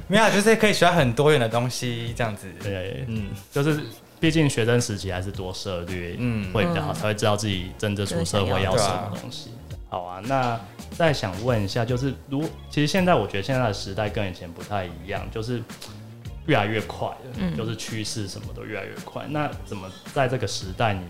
[SPEAKER 4] 没有啊，就是可以学到很多元的东西这样子。
[SPEAKER 1] 呃，
[SPEAKER 4] 嗯，
[SPEAKER 1] 就是毕竟学生时期还是多涉略，嗯，
[SPEAKER 4] 嗯
[SPEAKER 1] 会比较好，才会知道自己真正出社会要什么东西。好啊，那再想问一下，就是如其实现在我觉得现在的时代跟以前不太一样，就是越来越快了，就是趋势什么都越来越快。那怎么在这个时代你，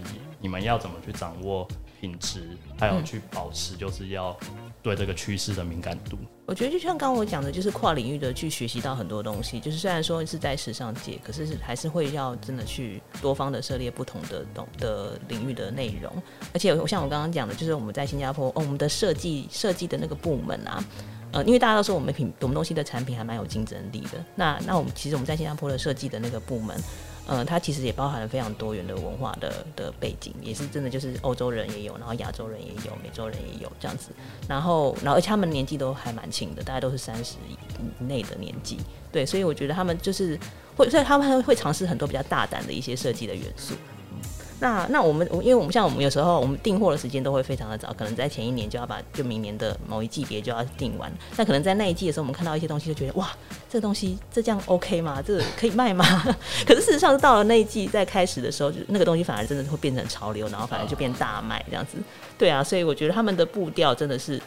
[SPEAKER 1] 你们要怎么去掌握品质，还有去保持就是要对这个趋势的敏感度？
[SPEAKER 3] 我觉得就像刚刚我讲的，就是跨领域的去学习到很多东西。就是虽然说是在时尚界，可是还是会要真的去多方的涉猎不同的懂的领域的内容。而且我像我刚刚讲的，就是我们在新加坡，哦，我们的设计设计的那个部门啊。呃，因为大家都说我们品我们东西的产品还蛮有竞争力的，那那我们其实我们在新加坡的设计的那个部门，呃，它其实也包含了非常多元的文化的的背景，也是真的就是欧洲人也有，然后亚洲人也有，美洲人也有这样子。然后，然后而且他们年纪都还蛮轻的，大概都是三十以内的年纪，对，所以我觉得他们就是会，所以他们会尝试很多比较大胆的一些设计的元素。嗯那那我们，我因为我们像我们有时候我们订货的时间都会非常的早，可能在前一年就要把就明年的某一季别就要订完。那可能在那一季的时候，我们看到一些东西就觉得哇，这个东西这这样 OK 吗？这个可以卖吗？ 可是事实上到了那一季在开始的时候，就那个东西反而真的会变成潮流，然后反而就变大卖这样子。对啊，所以我觉得他们的步调真的是，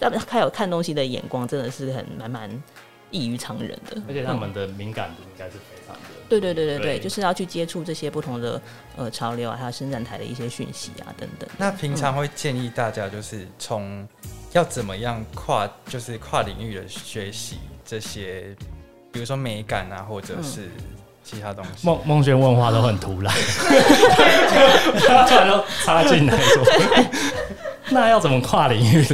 [SPEAKER 3] 他们还有看东西的眼光真的是很蛮蛮异于常人的，嗯
[SPEAKER 1] 嗯而且他们的敏感度应该是非常的
[SPEAKER 3] 对对对对对，
[SPEAKER 1] 对
[SPEAKER 3] 就是要去接触这些不同的呃潮流啊，还有伸展台的一些讯息啊等等。
[SPEAKER 4] 那平常会建议大家就是从要怎么样跨，就是跨领域的学习这些，比如说美感啊，或者是其他东西。
[SPEAKER 1] 孟孟轩问话都很突然， 他突然就插进来说：“那要怎么跨领 域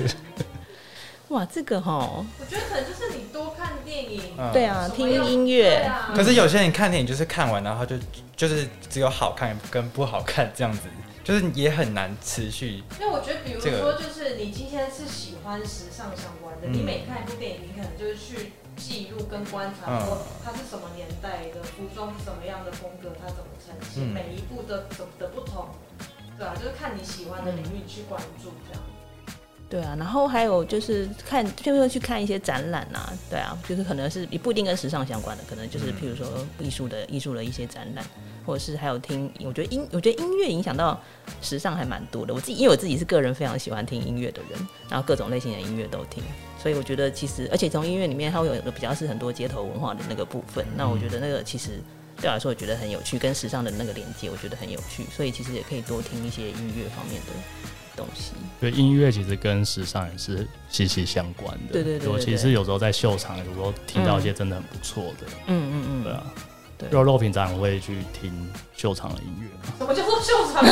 [SPEAKER 3] 哇，这个哈，
[SPEAKER 2] 我觉得可能就是你多看电影，
[SPEAKER 4] 嗯
[SPEAKER 3] 对啊，
[SPEAKER 2] 什
[SPEAKER 3] 听
[SPEAKER 2] 么样
[SPEAKER 3] 音乐
[SPEAKER 2] 对，啊
[SPEAKER 4] 可是有些人看电影就是看完，然后就就是只有好看跟不好看这样子，就是也很难持续。
[SPEAKER 2] 因为我觉得，比如
[SPEAKER 4] 这
[SPEAKER 2] 说，
[SPEAKER 4] 个
[SPEAKER 2] 就是你今天是喜欢时尚相关的，
[SPEAKER 4] 嗯
[SPEAKER 2] 你每看一部电影，你可能就是去记录跟观察，
[SPEAKER 4] 嗯
[SPEAKER 2] 说它是什么年代的服装是什么样的风格，它怎么呈现，
[SPEAKER 4] 嗯
[SPEAKER 2] 每一部的的的不同，对啊，就是看你喜欢的领域去关注这样。
[SPEAKER 3] 嗯对啊，然后还有就是看，就是会去看一些展览啊，对啊，就是可能是也不一定跟时尚相关的，可能就是
[SPEAKER 4] 嗯
[SPEAKER 3] 譬如说艺术的艺术的一些展览，或者是还有听，我觉得音，我觉得音乐影响到时尚还蛮多的。我自己因为我自己是个人非常喜欢听音乐的人，然后各种类型的音乐都听，所以我觉得其实，而且从音乐里面它会有一个比较是很多街头文化的那个部分，那我觉得那个其实。对我来说，我觉得很有趣，跟时尚的那个连接，我觉得很有趣，所以其实也可以多听一些音乐方面的东西。？”
[SPEAKER 1] 就音乐其实跟时尚也是息息相关的。
[SPEAKER 3] 对对对对
[SPEAKER 1] 尤其
[SPEAKER 3] 对
[SPEAKER 1] 是有时候在秀场，有时候听到一些真的很不错的，
[SPEAKER 3] 嗯嗯嗯，
[SPEAKER 1] 对啊。
[SPEAKER 3] 对
[SPEAKER 1] 肉肉平常也会去听秀场的 音乐吗？
[SPEAKER 2] 什么叫做秀场？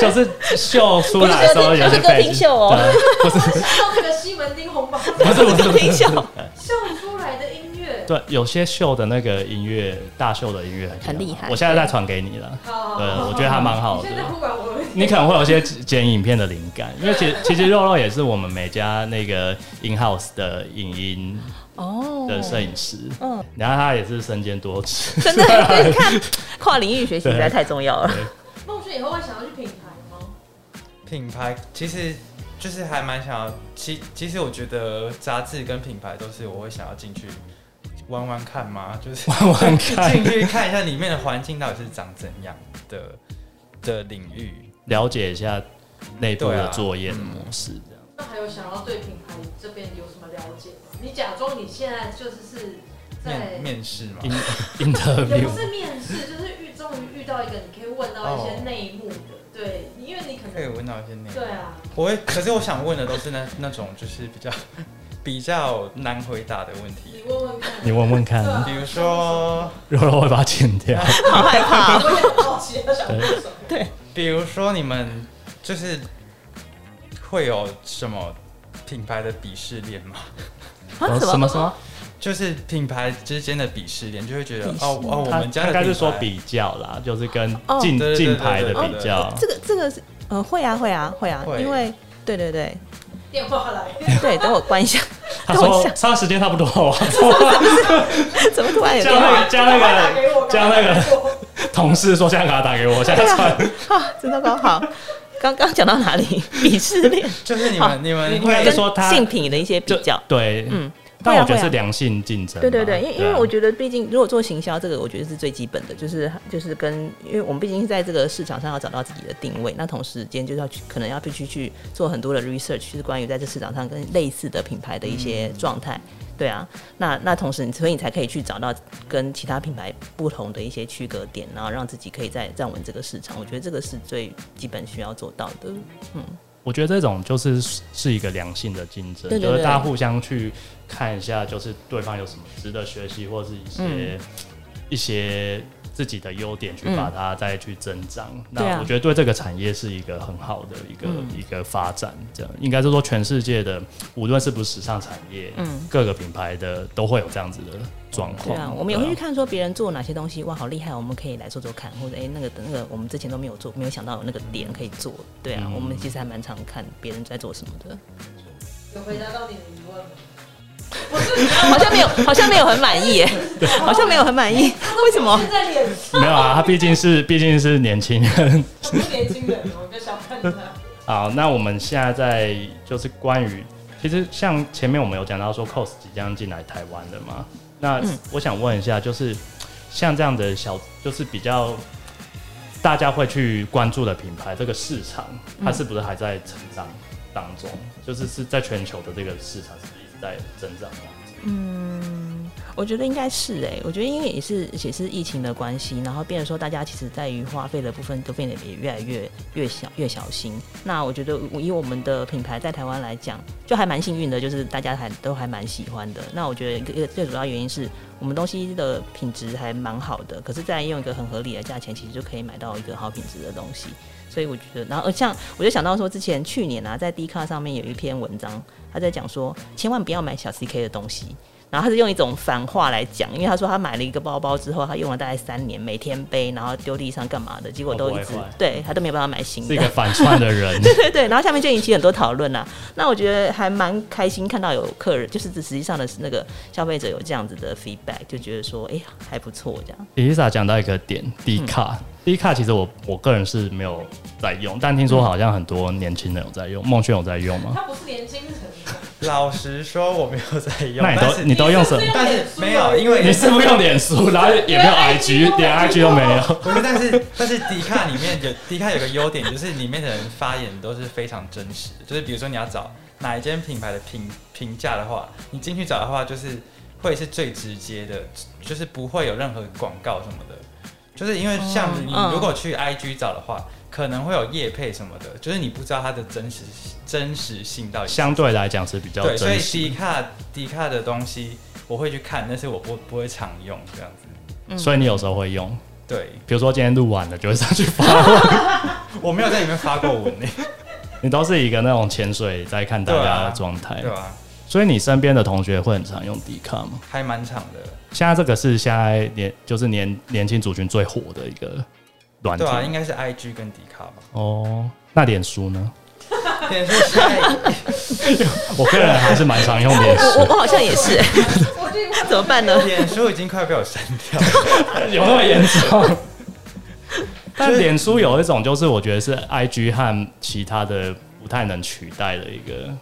[SPEAKER 1] 就是秀出来的时候有
[SPEAKER 3] 不
[SPEAKER 1] 些
[SPEAKER 3] 是歌厅秀哦
[SPEAKER 1] 对，不是
[SPEAKER 2] 秀那个西门町红包，
[SPEAKER 1] 不是不是不
[SPEAKER 3] 听
[SPEAKER 1] 是，
[SPEAKER 3] 秀，
[SPEAKER 2] 秀出来的音乐。
[SPEAKER 1] 对，有些秀的那个音乐，大秀的音乐很啊
[SPEAKER 3] 很厉害
[SPEAKER 1] 我现在再传给你了。
[SPEAKER 2] 好，
[SPEAKER 1] 对，我觉得还蛮好
[SPEAKER 2] 你
[SPEAKER 1] 的
[SPEAKER 2] 现。在忽然我有一
[SPEAKER 1] 你可能会有一些剪影片的灵感，因为其其实肉肉也是我们每家那个 in house 的影音
[SPEAKER 3] 哦
[SPEAKER 1] 的摄影师，
[SPEAKER 3] 嗯，
[SPEAKER 1] 然后他也是身兼多职，
[SPEAKER 3] 真的，你看跨领域学习实在太重要了。
[SPEAKER 2] 孟轩以后会想要去品牌吗？
[SPEAKER 4] 品牌其实就是还蛮想要，其其实我觉得杂志跟品牌都是我会想要进去玩玩看嘛，就是
[SPEAKER 1] 慢慢看
[SPEAKER 4] 进去看一下里面的环境到底是长怎样的的领域。
[SPEAKER 1] 了解一下内部
[SPEAKER 4] 对
[SPEAKER 1] 的
[SPEAKER 4] 啊
[SPEAKER 1] 作业的模式，这样。
[SPEAKER 2] 那还有想要对品牌这边有什么了解吗？你假装你现在就是是在
[SPEAKER 4] 面面试嘛，
[SPEAKER 1] In
[SPEAKER 2] 也
[SPEAKER 1] interview
[SPEAKER 2] 不是面试，就是遇终于遇到一个你可以问到一些内幕的，对，因为你可
[SPEAKER 4] 可以
[SPEAKER 2] 能
[SPEAKER 4] 问到一些内容
[SPEAKER 2] 对。啊，
[SPEAKER 4] 我会，可是我想问的都是那那种就是比较 比较难回答的问题，
[SPEAKER 2] 你问问看，
[SPEAKER 1] 你问问看，
[SPEAKER 2] 对啊
[SPEAKER 4] 比如说，
[SPEAKER 1] 肉肉会把它剪掉。
[SPEAKER 3] 好害怕，
[SPEAKER 2] 我也很好奇他想问什么。
[SPEAKER 4] 比如说你们就是会有什么品牌的鄙视链吗？
[SPEAKER 3] 啊
[SPEAKER 1] 什么什么？
[SPEAKER 4] 就是品牌之间的鄙视链，就会觉得
[SPEAKER 3] 鄙视
[SPEAKER 4] 哦哦，我
[SPEAKER 1] 他
[SPEAKER 4] 们家
[SPEAKER 1] 他应
[SPEAKER 4] 的
[SPEAKER 1] 该是说
[SPEAKER 4] 品牌
[SPEAKER 1] 比较啦，就是跟
[SPEAKER 3] 哦
[SPEAKER 1] 竞
[SPEAKER 4] 对对对
[SPEAKER 1] 竞牌的
[SPEAKER 4] 对对
[SPEAKER 1] 比
[SPEAKER 4] 对
[SPEAKER 1] 较。
[SPEAKER 3] 这个这个是呃会啊会啊会啊，
[SPEAKER 4] 会
[SPEAKER 3] 因为对对对
[SPEAKER 2] 电话来，
[SPEAKER 3] 对，等我关一下，
[SPEAKER 1] 他
[SPEAKER 3] 等我
[SPEAKER 1] 说
[SPEAKER 3] 想
[SPEAKER 1] 他时间差不多了，我要
[SPEAKER 3] 怎么突然有
[SPEAKER 1] 这样
[SPEAKER 3] 电话
[SPEAKER 1] 会加那个
[SPEAKER 2] 打给我，
[SPEAKER 1] 加那个
[SPEAKER 2] 个，
[SPEAKER 1] 同事说现在给他打给我，现在传。
[SPEAKER 3] 啊？真糟糕，好。刚刚讲到哪里？ 鄙视链
[SPEAKER 4] 就是你们你们
[SPEAKER 1] 啊应该
[SPEAKER 4] 会
[SPEAKER 1] 是说他
[SPEAKER 3] 跟性品的一些比较，
[SPEAKER 1] 对，
[SPEAKER 3] 嗯，
[SPEAKER 1] 但
[SPEAKER 3] 会啊
[SPEAKER 1] 我觉得
[SPEAKER 3] 会啊
[SPEAKER 1] 是良性竞争吧。
[SPEAKER 3] 对对对，因为因为
[SPEAKER 1] 啊
[SPEAKER 3] 我觉得，毕竟如果做行销，这个我觉得是最基本的，就是就是跟，因为我们毕竟是在这个市场上要找到自己的定位，那同时间就是要去，可能要必须去做很多的 research，就是关于在这市场上跟类似的品牌的一些状态。对啊，那那同时你，所以你才可以去找到跟其他品牌不同的一些区隔点，然后让自己可以在站稳这个市场。我觉得这个是最基本需要做到的。
[SPEAKER 1] 我觉得这种就是是一个良性的竞争，
[SPEAKER 3] 对对对
[SPEAKER 1] 就是大家互相去看一下，就是对方有什么值得学习，或是一些、一些自己的优点，去
[SPEAKER 3] 嗯
[SPEAKER 1] 把它再去增长。那
[SPEAKER 3] 对啊
[SPEAKER 1] 我觉得对这个产业是一个很好的一个、
[SPEAKER 3] 嗯
[SPEAKER 1] 一个发展，这样应该是说全世界的，无论是不是时尚产业，
[SPEAKER 3] 嗯
[SPEAKER 1] 各个品牌的都会有这样子的状况。
[SPEAKER 3] 对啊，我们也会
[SPEAKER 1] 哦对
[SPEAKER 3] 去看说别人做哪些东西，哇，好厉害，哦我们可以来做做看，或者哎、诶那个那个我们之前都没有做，没有想到有那个点可以做，对啊，
[SPEAKER 1] 嗯
[SPEAKER 3] 我们其实还蛮常看别人在做什么的，
[SPEAKER 2] 有回答到你的疑问吗？
[SPEAKER 3] 好像没有， 好像没有很满意，哎，
[SPEAKER 1] 啊
[SPEAKER 3] 好像没有很满意，为什么？
[SPEAKER 2] 现在脸上
[SPEAKER 1] 没有啊，他毕竟是毕竟是年轻人，
[SPEAKER 2] 是年轻人，哦我就想看他。
[SPEAKER 1] 好，那我们现在在就是关于，其实像前面我们有讲到说 COS 即将进来台湾了嘛，那
[SPEAKER 3] 嗯
[SPEAKER 1] 我想问一下，就是像这样的小，就是比较大家会去关注的品牌，这个市场它是不是还在成长当中？就是是在全球的这个市场是不是一直在增长当中？
[SPEAKER 3] 我觉得应该是哎、我觉得因为也是也是疫情的关系，然后变成说大家其实在于花费的部分都变得也越来越越小越小心。那我觉得我以我们的品牌在台湾来讲，就还蛮幸运的，就是大家还都还蛮喜欢的。那我觉得一个一个最主要原因是我们东西的品质还蛮好的，可是再用一个很合理的价钱，其实就可以买到一个好品质的东西。所以我觉得，然后呃像我就想到说，之前去年啊，在 D 卡上面有一篇文章，他在讲说，千万不要买小 CK 的东西。然后他是用一种反话来讲，因为他说他买了一个包包之后，他用了大概三年，每天背，然后丢地上干嘛的，结果都
[SPEAKER 1] 都哦不
[SPEAKER 3] 一
[SPEAKER 1] 会
[SPEAKER 3] 直
[SPEAKER 1] 坏
[SPEAKER 3] 对他都没有办法买新
[SPEAKER 1] 是
[SPEAKER 3] 的
[SPEAKER 1] 一。个反串的人，
[SPEAKER 3] 对对，然后下面就引起很多讨论啦。那我觉得还蛮开心，看到有客人就是实际上的那个消费者有这样子的 feedback，就觉得说，哎、呀还不错这样。
[SPEAKER 1] Elisa 讲到一个点，D 卡、d 卡其实我我个人是没有在用，但听说好像很多年轻人有在用，孟轩有在用吗？
[SPEAKER 2] 他不是年轻人，哦
[SPEAKER 4] 老实说，我没有在用，
[SPEAKER 1] 那你
[SPEAKER 4] 但
[SPEAKER 1] 都
[SPEAKER 4] 是
[SPEAKER 1] 你都用什么？
[SPEAKER 4] 但是没有，因为
[SPEAKER 1] 你是不是用脸 书，
[SPEAKER 4] 啊
[SPEAKER 1] 然后也没有
[SPEAKER 2] 连 IG 都
[SPEAKER 1] IG，
[SPEAKER 2] 没有
[SPEAKER 1] 连 IG 都没有。
[SPEAKER 4] 不是，但是 但是迪卡里面有迪卡有个优点，就是里面的人发言都是非常真实的。就是比如说你要找哪一间品牌的评评价的话，你进去找的话，就是会是最直接的，就是不会有任何广告什么的。就是因为像
[SPEAKER 3] 嗯
[SPEAKER 4] 你
[SPEAKER 3] 嗯
[SPEAKER 4] 如果去 IG 找的话，可能会有业配什么的，就是你不知道它的真实真实性到底是
[SPEAKER 1] 相对来讲是比较
[SPEAKER 4] 对，所以
[SPEAKER 1] 真实，
[SPEAKER 4] 迪卡迪卡的东西我会去看，但是我不不会常用这样子。
[SPEAKER 3] 嗯
[SPEAKER 1] 所以你有时候会用，
[SPEAKER 4] 对，
[SPEAKER 1] 比如说今天录完了就会上去 发，
[SPEAKER 4] 我没有在里面发过文呢，欸
[SPEAKER 1] 你都是一个那种潜水在看大
[SPEAKER 4] 对
[SPEAKER 1] 家
[SPEAKER 4] 啊
[SPEAKER 1] 的状态
[SPEAKER 4] 对。吧、
[SPEAKER 1] 所以你身边的同学会很常用 D 卡吗？
[SPEAKER 4] 还蛮长的，
[SPEAKER 1] 现在这个是现在年就是年年轻族群最火的一个软
[SPEAKER 4] 对啊，
[SPEAKER 1] 件
[SPEAKER 4] 应该是 I G 跟迪卡吧。
[SPEAKER 1] 哦。那脸书呢？
[SPEAKER 4] 脸书现在
[SPEAKER 1] 我个人还是蛮常用脸
[SPEAKER 3] 我我
[SPEAKER 1] 书，
[SPEAKER 3] 好像也是，
[SPEAKER 2] 我就以为
[SPEAKER 3] 怎么办呢？
[SPEAKER 4] 脸书已经快被我删掉 了，
[SPEAKER 1] 有那么严重？但脸书有一种，就是我觉得是 IG 和其他的不太能取代的一个。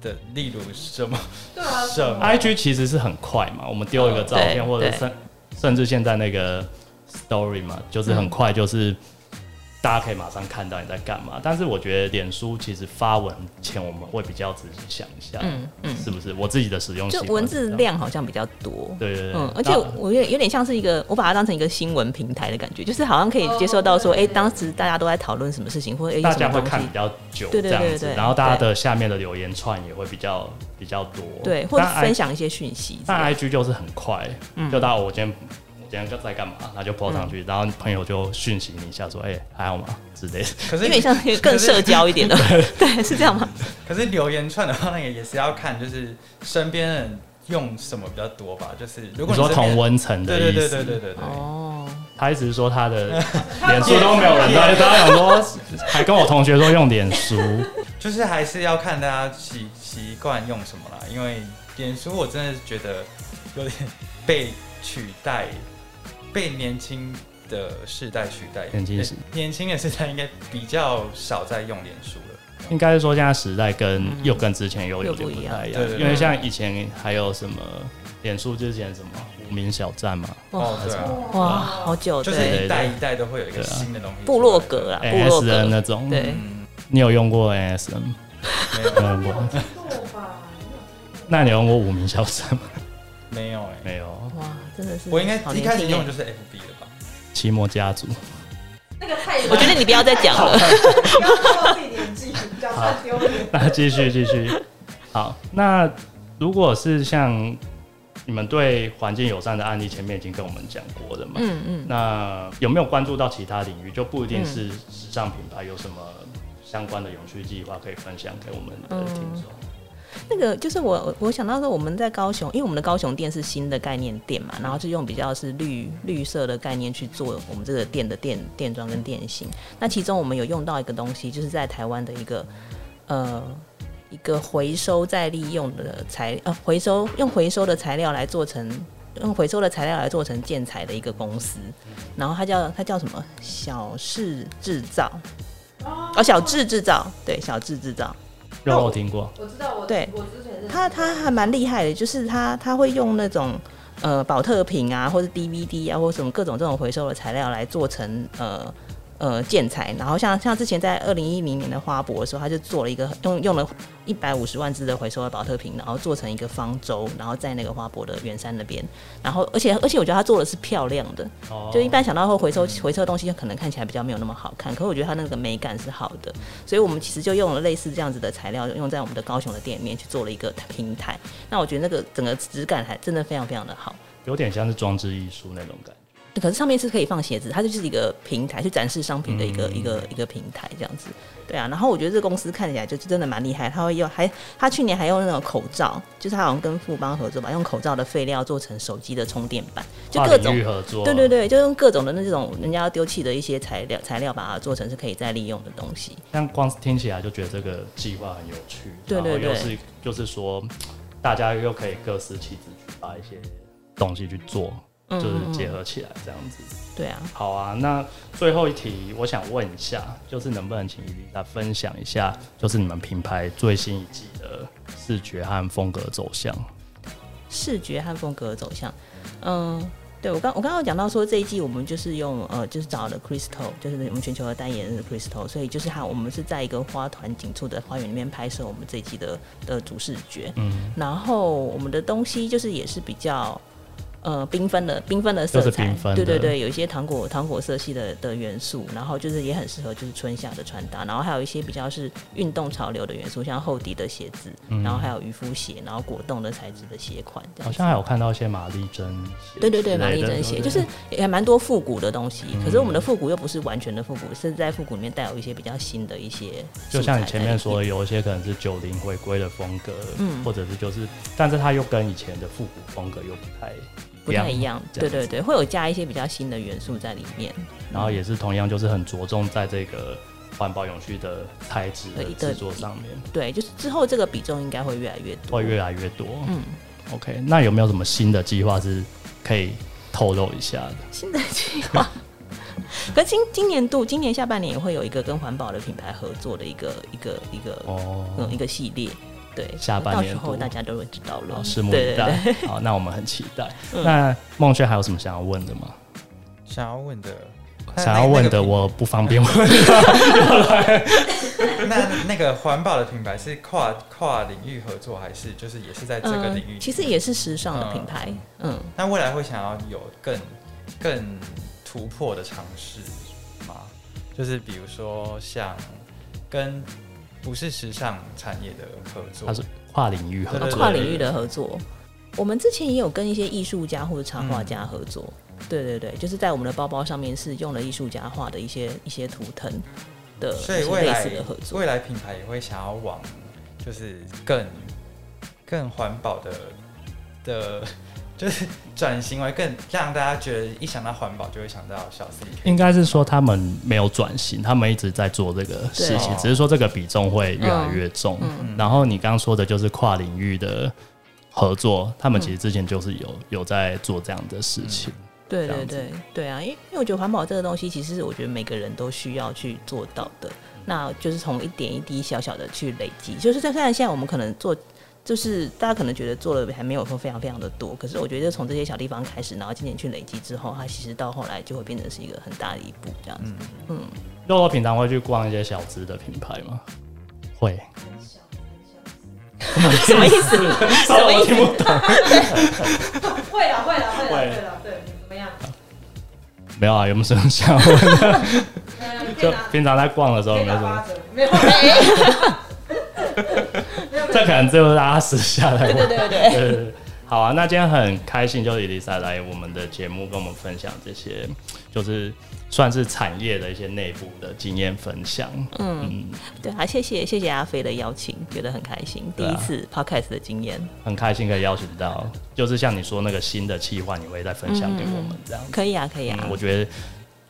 [SPEAKER 4] 的，例如什 么？
[SPEAKER 2] 对啊，
[SPEAKER 4] 什么
[SPEAKER 1] IG 其实是很快嘛，我们丢一个照片，
[SPEAKER 3] 哦对
[SPEAKER 1] 或者
[SPEAKER 3] 对
[SPEAKER 1] 甚甚至现在那个 Story 嘛，就是很快，就是
[SPEAKER 3] 嗯
[SPEAKER 1] 大家可以马上看到你在干嘛。但是我觉得脸书其实发文前，我们会比较仔细想一下，
[SPEAKER 3] 嗯嗯，
[SPEAKER 1] 是不是？我自己的使用习
[SPEAKER 3] 就
[SPEAKER 1] 惯
[SPEAKER 3] 文
[SPEAKER 1] 是
[SPEAKER 3] 字
[SPEAKER 1] 这样，
[SPEAKER 3] 量好像比较多。
[SPEAKER 1] 对对对，
[SPEAKER 3] 嗯，而且
[SPEAKER 1] 那
[SPEAKER 3] 我有点有点像是一个，我把它当成一个新闻平台的感觉，就是好像可以接受到说，
[SPEAKER 2] 哦
[SPEAKER 3] 哎、
[SPEAKER 2] 对
[SPEAKER 3] 当时大家都在讨论什么事情，或者哎、
[SPEAKER 1] 大
[SPEAKER 3] 有什
[SPEAKER 1] 家
[SPEAKER 3] 么
[SPEAKER 1] 会
[SPEAKER 3] 东
[SPEAKER 1] 看比
[SPEAKER 3] 西，
[SPEAKER 1] 较久
[SPEAKER 3] 对
[SPEAKER 1] 这
[SPEAKER 3] 对
[SPEAKER 1] 样
[SPEAKER 3] 对
[SPEAKER 1] 子
[SPEAKER 3] 对，
[SPEAKER 1] 然后大家的下面的留言串也会比较比较多，
[SPEAKER 3] 对，或者
[SPEAKER 1] 但 I-
[SPEAKER 3] 分享一些讯息之类的。
[SPEAKER 1] 但 IG 就是很快，
[SPEAKER 3] 嗯
[SPEAKER 1] 就到我今天我今天在干嘛，然后就 po 上去，然后朋友就讯息你一下说，哎、还好吗之类的。
[SPEAKER 4] 可
[SPEAKER 3] 有点
[SPEAKER 4] 是
[SPEAKER 3] 像那个更社交一点的， 对，是这样吗？
[SPEAKER 4] 可是留言串的话，那个也是要看，就是身边人用什么比较多吧。就是如
[SPEAKER 1] 你
[SPEAKER 4] 果你
[SPEAKER 1] 说
[SPEAKER 4] 身边
[SPEAKER 1] 同，温层的
[SPEAKER 4] 对
[SPEAKER 1] 意思，
[SPEAKER 4] 对对对对对对，
[SPEAKER 3] 哦，
[SPEAKER 1] 他一直说他的 脸书都没有人在，大家想说，还跟我同学说用脸书，
[SPEAKER 4] 就是还是要看大家习习惯用什么啦。因为脸书我真的觉得有点被取代，被年轻。的世代取代，哎
[SPEAKER 1] 年轻时
[SPEAKER 4] 年轻的世代应该比较少在用脸书了。
[SPEAKER 1] 应该是说现在时代跟
[SPEAKER 3] 嗯
[SPEAKER 1] 又跟之前又有点不太一
[SPEAKER 4] 又不一
[SPEAKER 1] 样，
[SPEAKER 4] 样
[SPEAKER 1] 因为像以前还有什么脸书之前什么无名小站嘛，
[SPEAKER 4] 哦，对啊。
[SPEAKER 2] 哇
[SPEAKER 3] 哇，好久
[SPEAKER 4] 就
[SPEAKER 1] 对
[SPEAKER 4] 是
[SPEAKER 3] 对，
[SPEAKER 4] 一代一代都会有一个新的东西出来。
[SPEAKER 3] 部落格啦，啊部落
[SPEAKER 1] ASN
[SPEAKER 3] 格，
[SPEAKER 1] 哎那种，
[SPEAKER 3] 对
[SPEAKER 4] 嗯，
[SPEAKER 1] 你有用过 ASN 吗？
[SPEAKER 4] 没有
[SPEAKER 1] 嗯
[SPEAKER 2] 没有
[SPEAKER 1] 我
[SPEAKER 2] 听过吧？
[SPEAKER 1] 那你有用过无名小站吗？
[SPEAKER 4] 没有哎，
[SPEAKER 1] 没有，
[SPEAKER 3] 哇，真的是，
[SPEAKER 4] 我应该
[SPEAKER 3] 好
[SPEAKER 4] 一
[SPEAKER 3] 年
[SPEAKER 4] 开始
[SPEAKER 3] 轻耶欸
[SPEAKER 4] 用就是 FB 了吧？
[SPEAKER 1] 奇摩家族。
[SPEAKER 2] 那个太晚，
[SPEAKER 3] 我觉得你不要再讲了，
[SPEAKER 2] 不要说自己年纪，讲出来丢脸。
[SPEAKER 1] 那继续继续。好，那如果是像你们对环境友善的案例，前面已经跟我们讲过的嘛，
[SPEAKER 3] 嗯嗯，
[SPEAKER 1] 那有没有关注到其他领域？就不一定是时尚品牌，有什么相关的永续计划可以分享给我们
[SPEAKER 3] 嗯
[SPEAKER 1] 的听众？
[SPEAKER 3] 那个就是我我我想到说我们在高雄，因为我们的高雄店是新的概念店嘛，然后就用比较是绿绿色的概念去做我们这个店的店店装跟店型，那其中我们有用到一个东西，就是在台湾的一个呃一个回收再利用的材呃回收用回收的材料来做成用回收的材料来做成建材的一个公司，然后它叫它叫什么小智制造哦小智制造对小智制造，
[SPEAKER 1] 肉肉听过，
[SPEAKER 2] 哦我知道，我
[SPEAKER 3] 对
[SPEAKER 2] 我之前认识
[SPEAKER 3] 它它还蛮厉害的，就是它它会用那种呃保特瓶啊，或者 DVD 啊，或者什么各种这种回收的材料来做成呃呃建材，然后像像之前在二零一零年的花博的时候，他就做了一个用用了一百五十万只的回收的保特瓶，然后做成一个方舟，然后在那个花博的圆山那边，然后而且而且我觉得他做的是漂亮的，
[SPEAKER 1] 哦
[SPEAKER 3] 就一般想到会回收回收的东西，可能看起来比较没有那么好看，可是我觉得它那个美感是好的，所以我们其实就用了类似这样子的材料，用在我们的高雄的店面去做了一个平台。那我觉得那个整个质感还真的非常非常的好。
[SPEAKER 1] 哦有点像是装置艺术那种感觉。
[SPEAKER 3] 可是上面是可以放鞋子，它就是一个平台，去展示商品的一个、
[SPEAKER 1] 嗯
[SPEAKER 3] 一个一个平台这样子。对啊，然后我觉得这公司看起来就是真的蛮厉害，他会用还他去年还用那种口罩，就是他好像跟富邦合作吧，用口罩的废料做成手机的充电板，就
[SPEAKER 1] 跨
[SPEAKER 3] 各
[SPEAKER 1] 领
[SPEAKER 3] 种
[SPEAKER 1] 域合作，啊
[SPEAKER 3] 对对，对，就用各种的那种人家要丢弃的一些材料材料，把它做成是可以再利用的东西。
[SPEAKER 1] 但光听起来就觉得这个计划很有趣，
[SPEAKER 3] 对对
[SPEAKER 1] 然后又
[SPEAKER 3] 对
[SPEAKER 1] 是就是说，大家又可以各司其职去把一些东西去做，
[SPEAKER 3] 嗯
[SPEAKER 1] 就是结合起来这样子。
[SPEAKER 3] 对啊，
[SPEAKER 1] 好啊，那最后一题，我想问一下，就是能不能请伊丽莎分享一下，就是你们品牌最新一季的视觉和风格走向？
[SPEAKER 3] 视觉和风格的走向，嗯。对我刚我刚刚有讲到说这一季我们就是用呃就是找了 Crystal，就是我们全球的代言人 Crystal，所以就是它我们是在一个花团锦簇的花园里面拍摄我们这一季的的主视觉，
[SPEAKER 1] 嗯，
[SPEAKER 3] 然后我们的东西就是也是比较呃缤纷的缤纷的色
[SPEAKER 1] 就是
[SPEAKER 3] 彩
[SPEAKER 1] 缤，纷
[SPEAKER 3] 对对
[SPEAKER 1] 的
[SPEAKER 3] 对，有一些糖果糖果色系的的元素，然后就是也很适合就是春夏的穿搭，然后还有一些比较是运动潮流的元素，像厚底的鞋子，然后还有渔夫鞋，然后果冻的材质的鞋款，这样
[SPEAKER 1] 嗯好
[SPEAKER 3] 子
[SPEAKER 1] 像还有看到一些玛丽珍鞋之类的，
[SPEAKER 3] 对对对，玛丽珍鞋
[SPEAKER 1] 对嗯
[SPEAKER 3] 就是也蛮多复古的东西，可是我们的复古又不是完全的复古，是在复古里面带有一些比较新的一些素材在
[SPEAKER 1] 就
[SPEAKER 3] 里面，
[SPEAKER 1] 像你前面说的，有一些可能是九零回归的风格，
[SPEAKER 3] 嗯
[SPEAKER 1] 或者是就是，但是它又跟以前的复古风格又不太
[SPEAKER 3] 不太一样，
[SPEAKER 1] 这
[SPEAKER 3] 对
[SPEAKER 1] 样子
[SPEAKER 3] 对对，会有加一些比较新的元素在里面。
[SPEAKER 1] 然
[SPEAKER 3] 嗯
[SPEAKER 1] 后也是同样就是很着重在这个环保永续的材质的
[SPEAKER 3] 对对
[SPEAKER 1] 制作上面，
[SPEAKER 3] 对，就是之后这个比重应该会越来越多。
[SPEAKER 1] 会越来越多。
[SPEAKER 3] 嗯，
[SPEAKER 1] OK，那有没有什么新的计划是可以透露一下的？
[SPEAKER 3] 新的计划。 可今今年度，今年下半年也会有一个跟环保的品牌合作的一个一个一个、
[SPEAKER 1] 哦
[SPEAKER 3] 嗯一，个系列，对，
[SPEAKER 1] 下半年
[SPEAKER 3] 到时候
[SPEAKER 1] 度
[SPEAKER 3] 大家都会知道了，
[SPEAKER 1] 好，拭目
[SPEAKER 3] 对
[SPEAKER 1] 以
[SPEAKER 3] 对对嗯
[SPEAKER 1] 待。好，那我们很期待。那孟轩还有什么想要问的吗？
[SPEAKER 4] 想要问的，
[SPEAKER 3] 呃
[SPEAKER 1] 想要问的
[SPEAKER 4] 我。
[SPEAKER 1] 我不方便问。
[SPEAKER 4] 那那个环保的品牌是跨跨领域合作，还是就是也是在 这个领域、
[SPEAKER 3] 嗯，其实，也是时尚的品牌，嗯，
[SPEAKER 4] 那未来会想要有更更突破的尝试吗？就是比如说像跟不是时尚产业的合作
[SPEAKER 1] 他，是跨领域合
[SPEAKER 4] 对
[SPEAKER 3] 哦
[SPEAKER 1] 作，
[SPEAKER 3] 跨领域的合作。我们之前也有跟一些艺术家或者插
[SPEAKER 1] 嗯
[SPEAKER 3] 画家合作，对对对，就是在我们的包包上面是用了艺术家画的一些一些图腾的，
[SPEAKER 4] 所以
[SPEAKER 3] 就是
[SPEAKER 4] 未
[SPEAKER 3] 呃类
[SPEAKER 4] 来
[SPEAKER 3] 似的合作。
[SPEAKER 4] 未来品牌也会想要往就是更更环保的的， 就是转型为更让大家觉得一想到环保就会想到小 C。
[SPEAKER 1] 应该是说他们没有转型，他们一直在做这个事情
[SPEAKER 4] 对，
[SPEAKER 1] 只是说这个比重会越来越重。
[SPEAKER 3] 嗯
[SPEAKER 1] 然后你刚刚说的就是跨领域的合作，他们其实之前就是有有在做这样的事情。
[SPEAKER 3] 对
[SPEAKER 1] 这样
[SPEAKER 3] 对
[SPEAKER 1] 子
[SPEAKER 3] 对对啊，因为因为我觉得环保这个东西，其实我觉得每个人都需要去做到
[SPEAKER 1] 嗯
[SPEAKER 3] 的，那就是从一点一滴小小的去累积。就是在虽然现在我们可能做，就是大家可能觉得做了还没有说非常非常的多，可是我觉得从这些小地方开始，然后今年去累积之后，它其实到后来就会变成是一个很大的一步
[SPEAKER 1] 嗯
[SPEAKER 3] 这样子。
[SPEAKER 1] 肉肉平常会去逛一些小资的品牌吗？会，
[SPEAKER 2] 很小很小。
[SPEAKER 3] 什么意思？
[SPEAKER 1] 什
[SPEAKER 3] 么意思
[SPEAKER 1] 听不懂。
[SPEAKER 2] 会啦，会啦，会啦，
[SPEAKER 1] 会
[SPEAKER 2] 会啦，对，怎么样？
[SPEAKER 1] 没有啊，有没有什么想 问？
[SPEAKER 2] 嗯，可以
[SPEAKER 1] 就
[SPEAKER 2] 拿，可
[SPEAKER 1] 平常在逛的时候有
[SPEAKER 2] 以
[SPEAKER 1] 没有
[SPEAKER 2] 打
[SPEAKER 1] 什
[SPEAKER 2] 八
[SPEAKER 3] 啊
[SPEAKER 1] 么？
[SPEAKER 2] 折，没有， 没有，没
[SPEAKER 1] 这可
[SPEAKER 2] 有，
[SPEAKER 1] 能只有大家私下来问。
[SPEAKER 3] 对对对。
[SPEAKER 1] 对对对好啊，那今天很开心，就是伊丽莎来我们的节目跟我们分享这些，就是算是产业的一些内部的经验分享。嗯，
[SPEAKER 3] 对啊，谢谢谢谢阿飞的邀请，觉得很开心，第
[SPEAKER 1] 对啊
[SPEAKER 3] 一次 podcast 的经验，
[SPEAKER 1] 很开心可以邀请到，就是像你说那个新的计划，你会再分享给我们这样子。
[SPEAKER 3] 可以啊，可以啊
[SPEAKER 1] 嗯，我觉得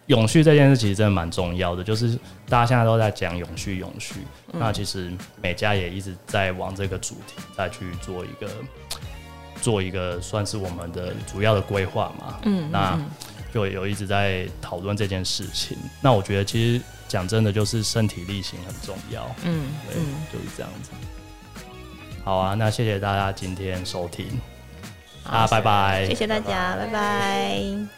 [SPEAKER 1] 永续这件事其实真的蛮重要的，就是大家现在都在讲永续，永续。那其实每家也一直在往这个主题再去做一个做一个算是我们的主要的规划嘛。嗯，那就有一直在讨论这件事情。那我觉得其实讲真的，就是身体力行很重要。
[SPEAKER 3] 嗯
[SPEAKER 1] 对，
[SPEAKER 3] 嗯，
[SPEAKER 1] 就是这样子。好啊，那谢谢大家今天收听，啊，拜拜，
[SPEAKER 3] 谢谢大家，拜拜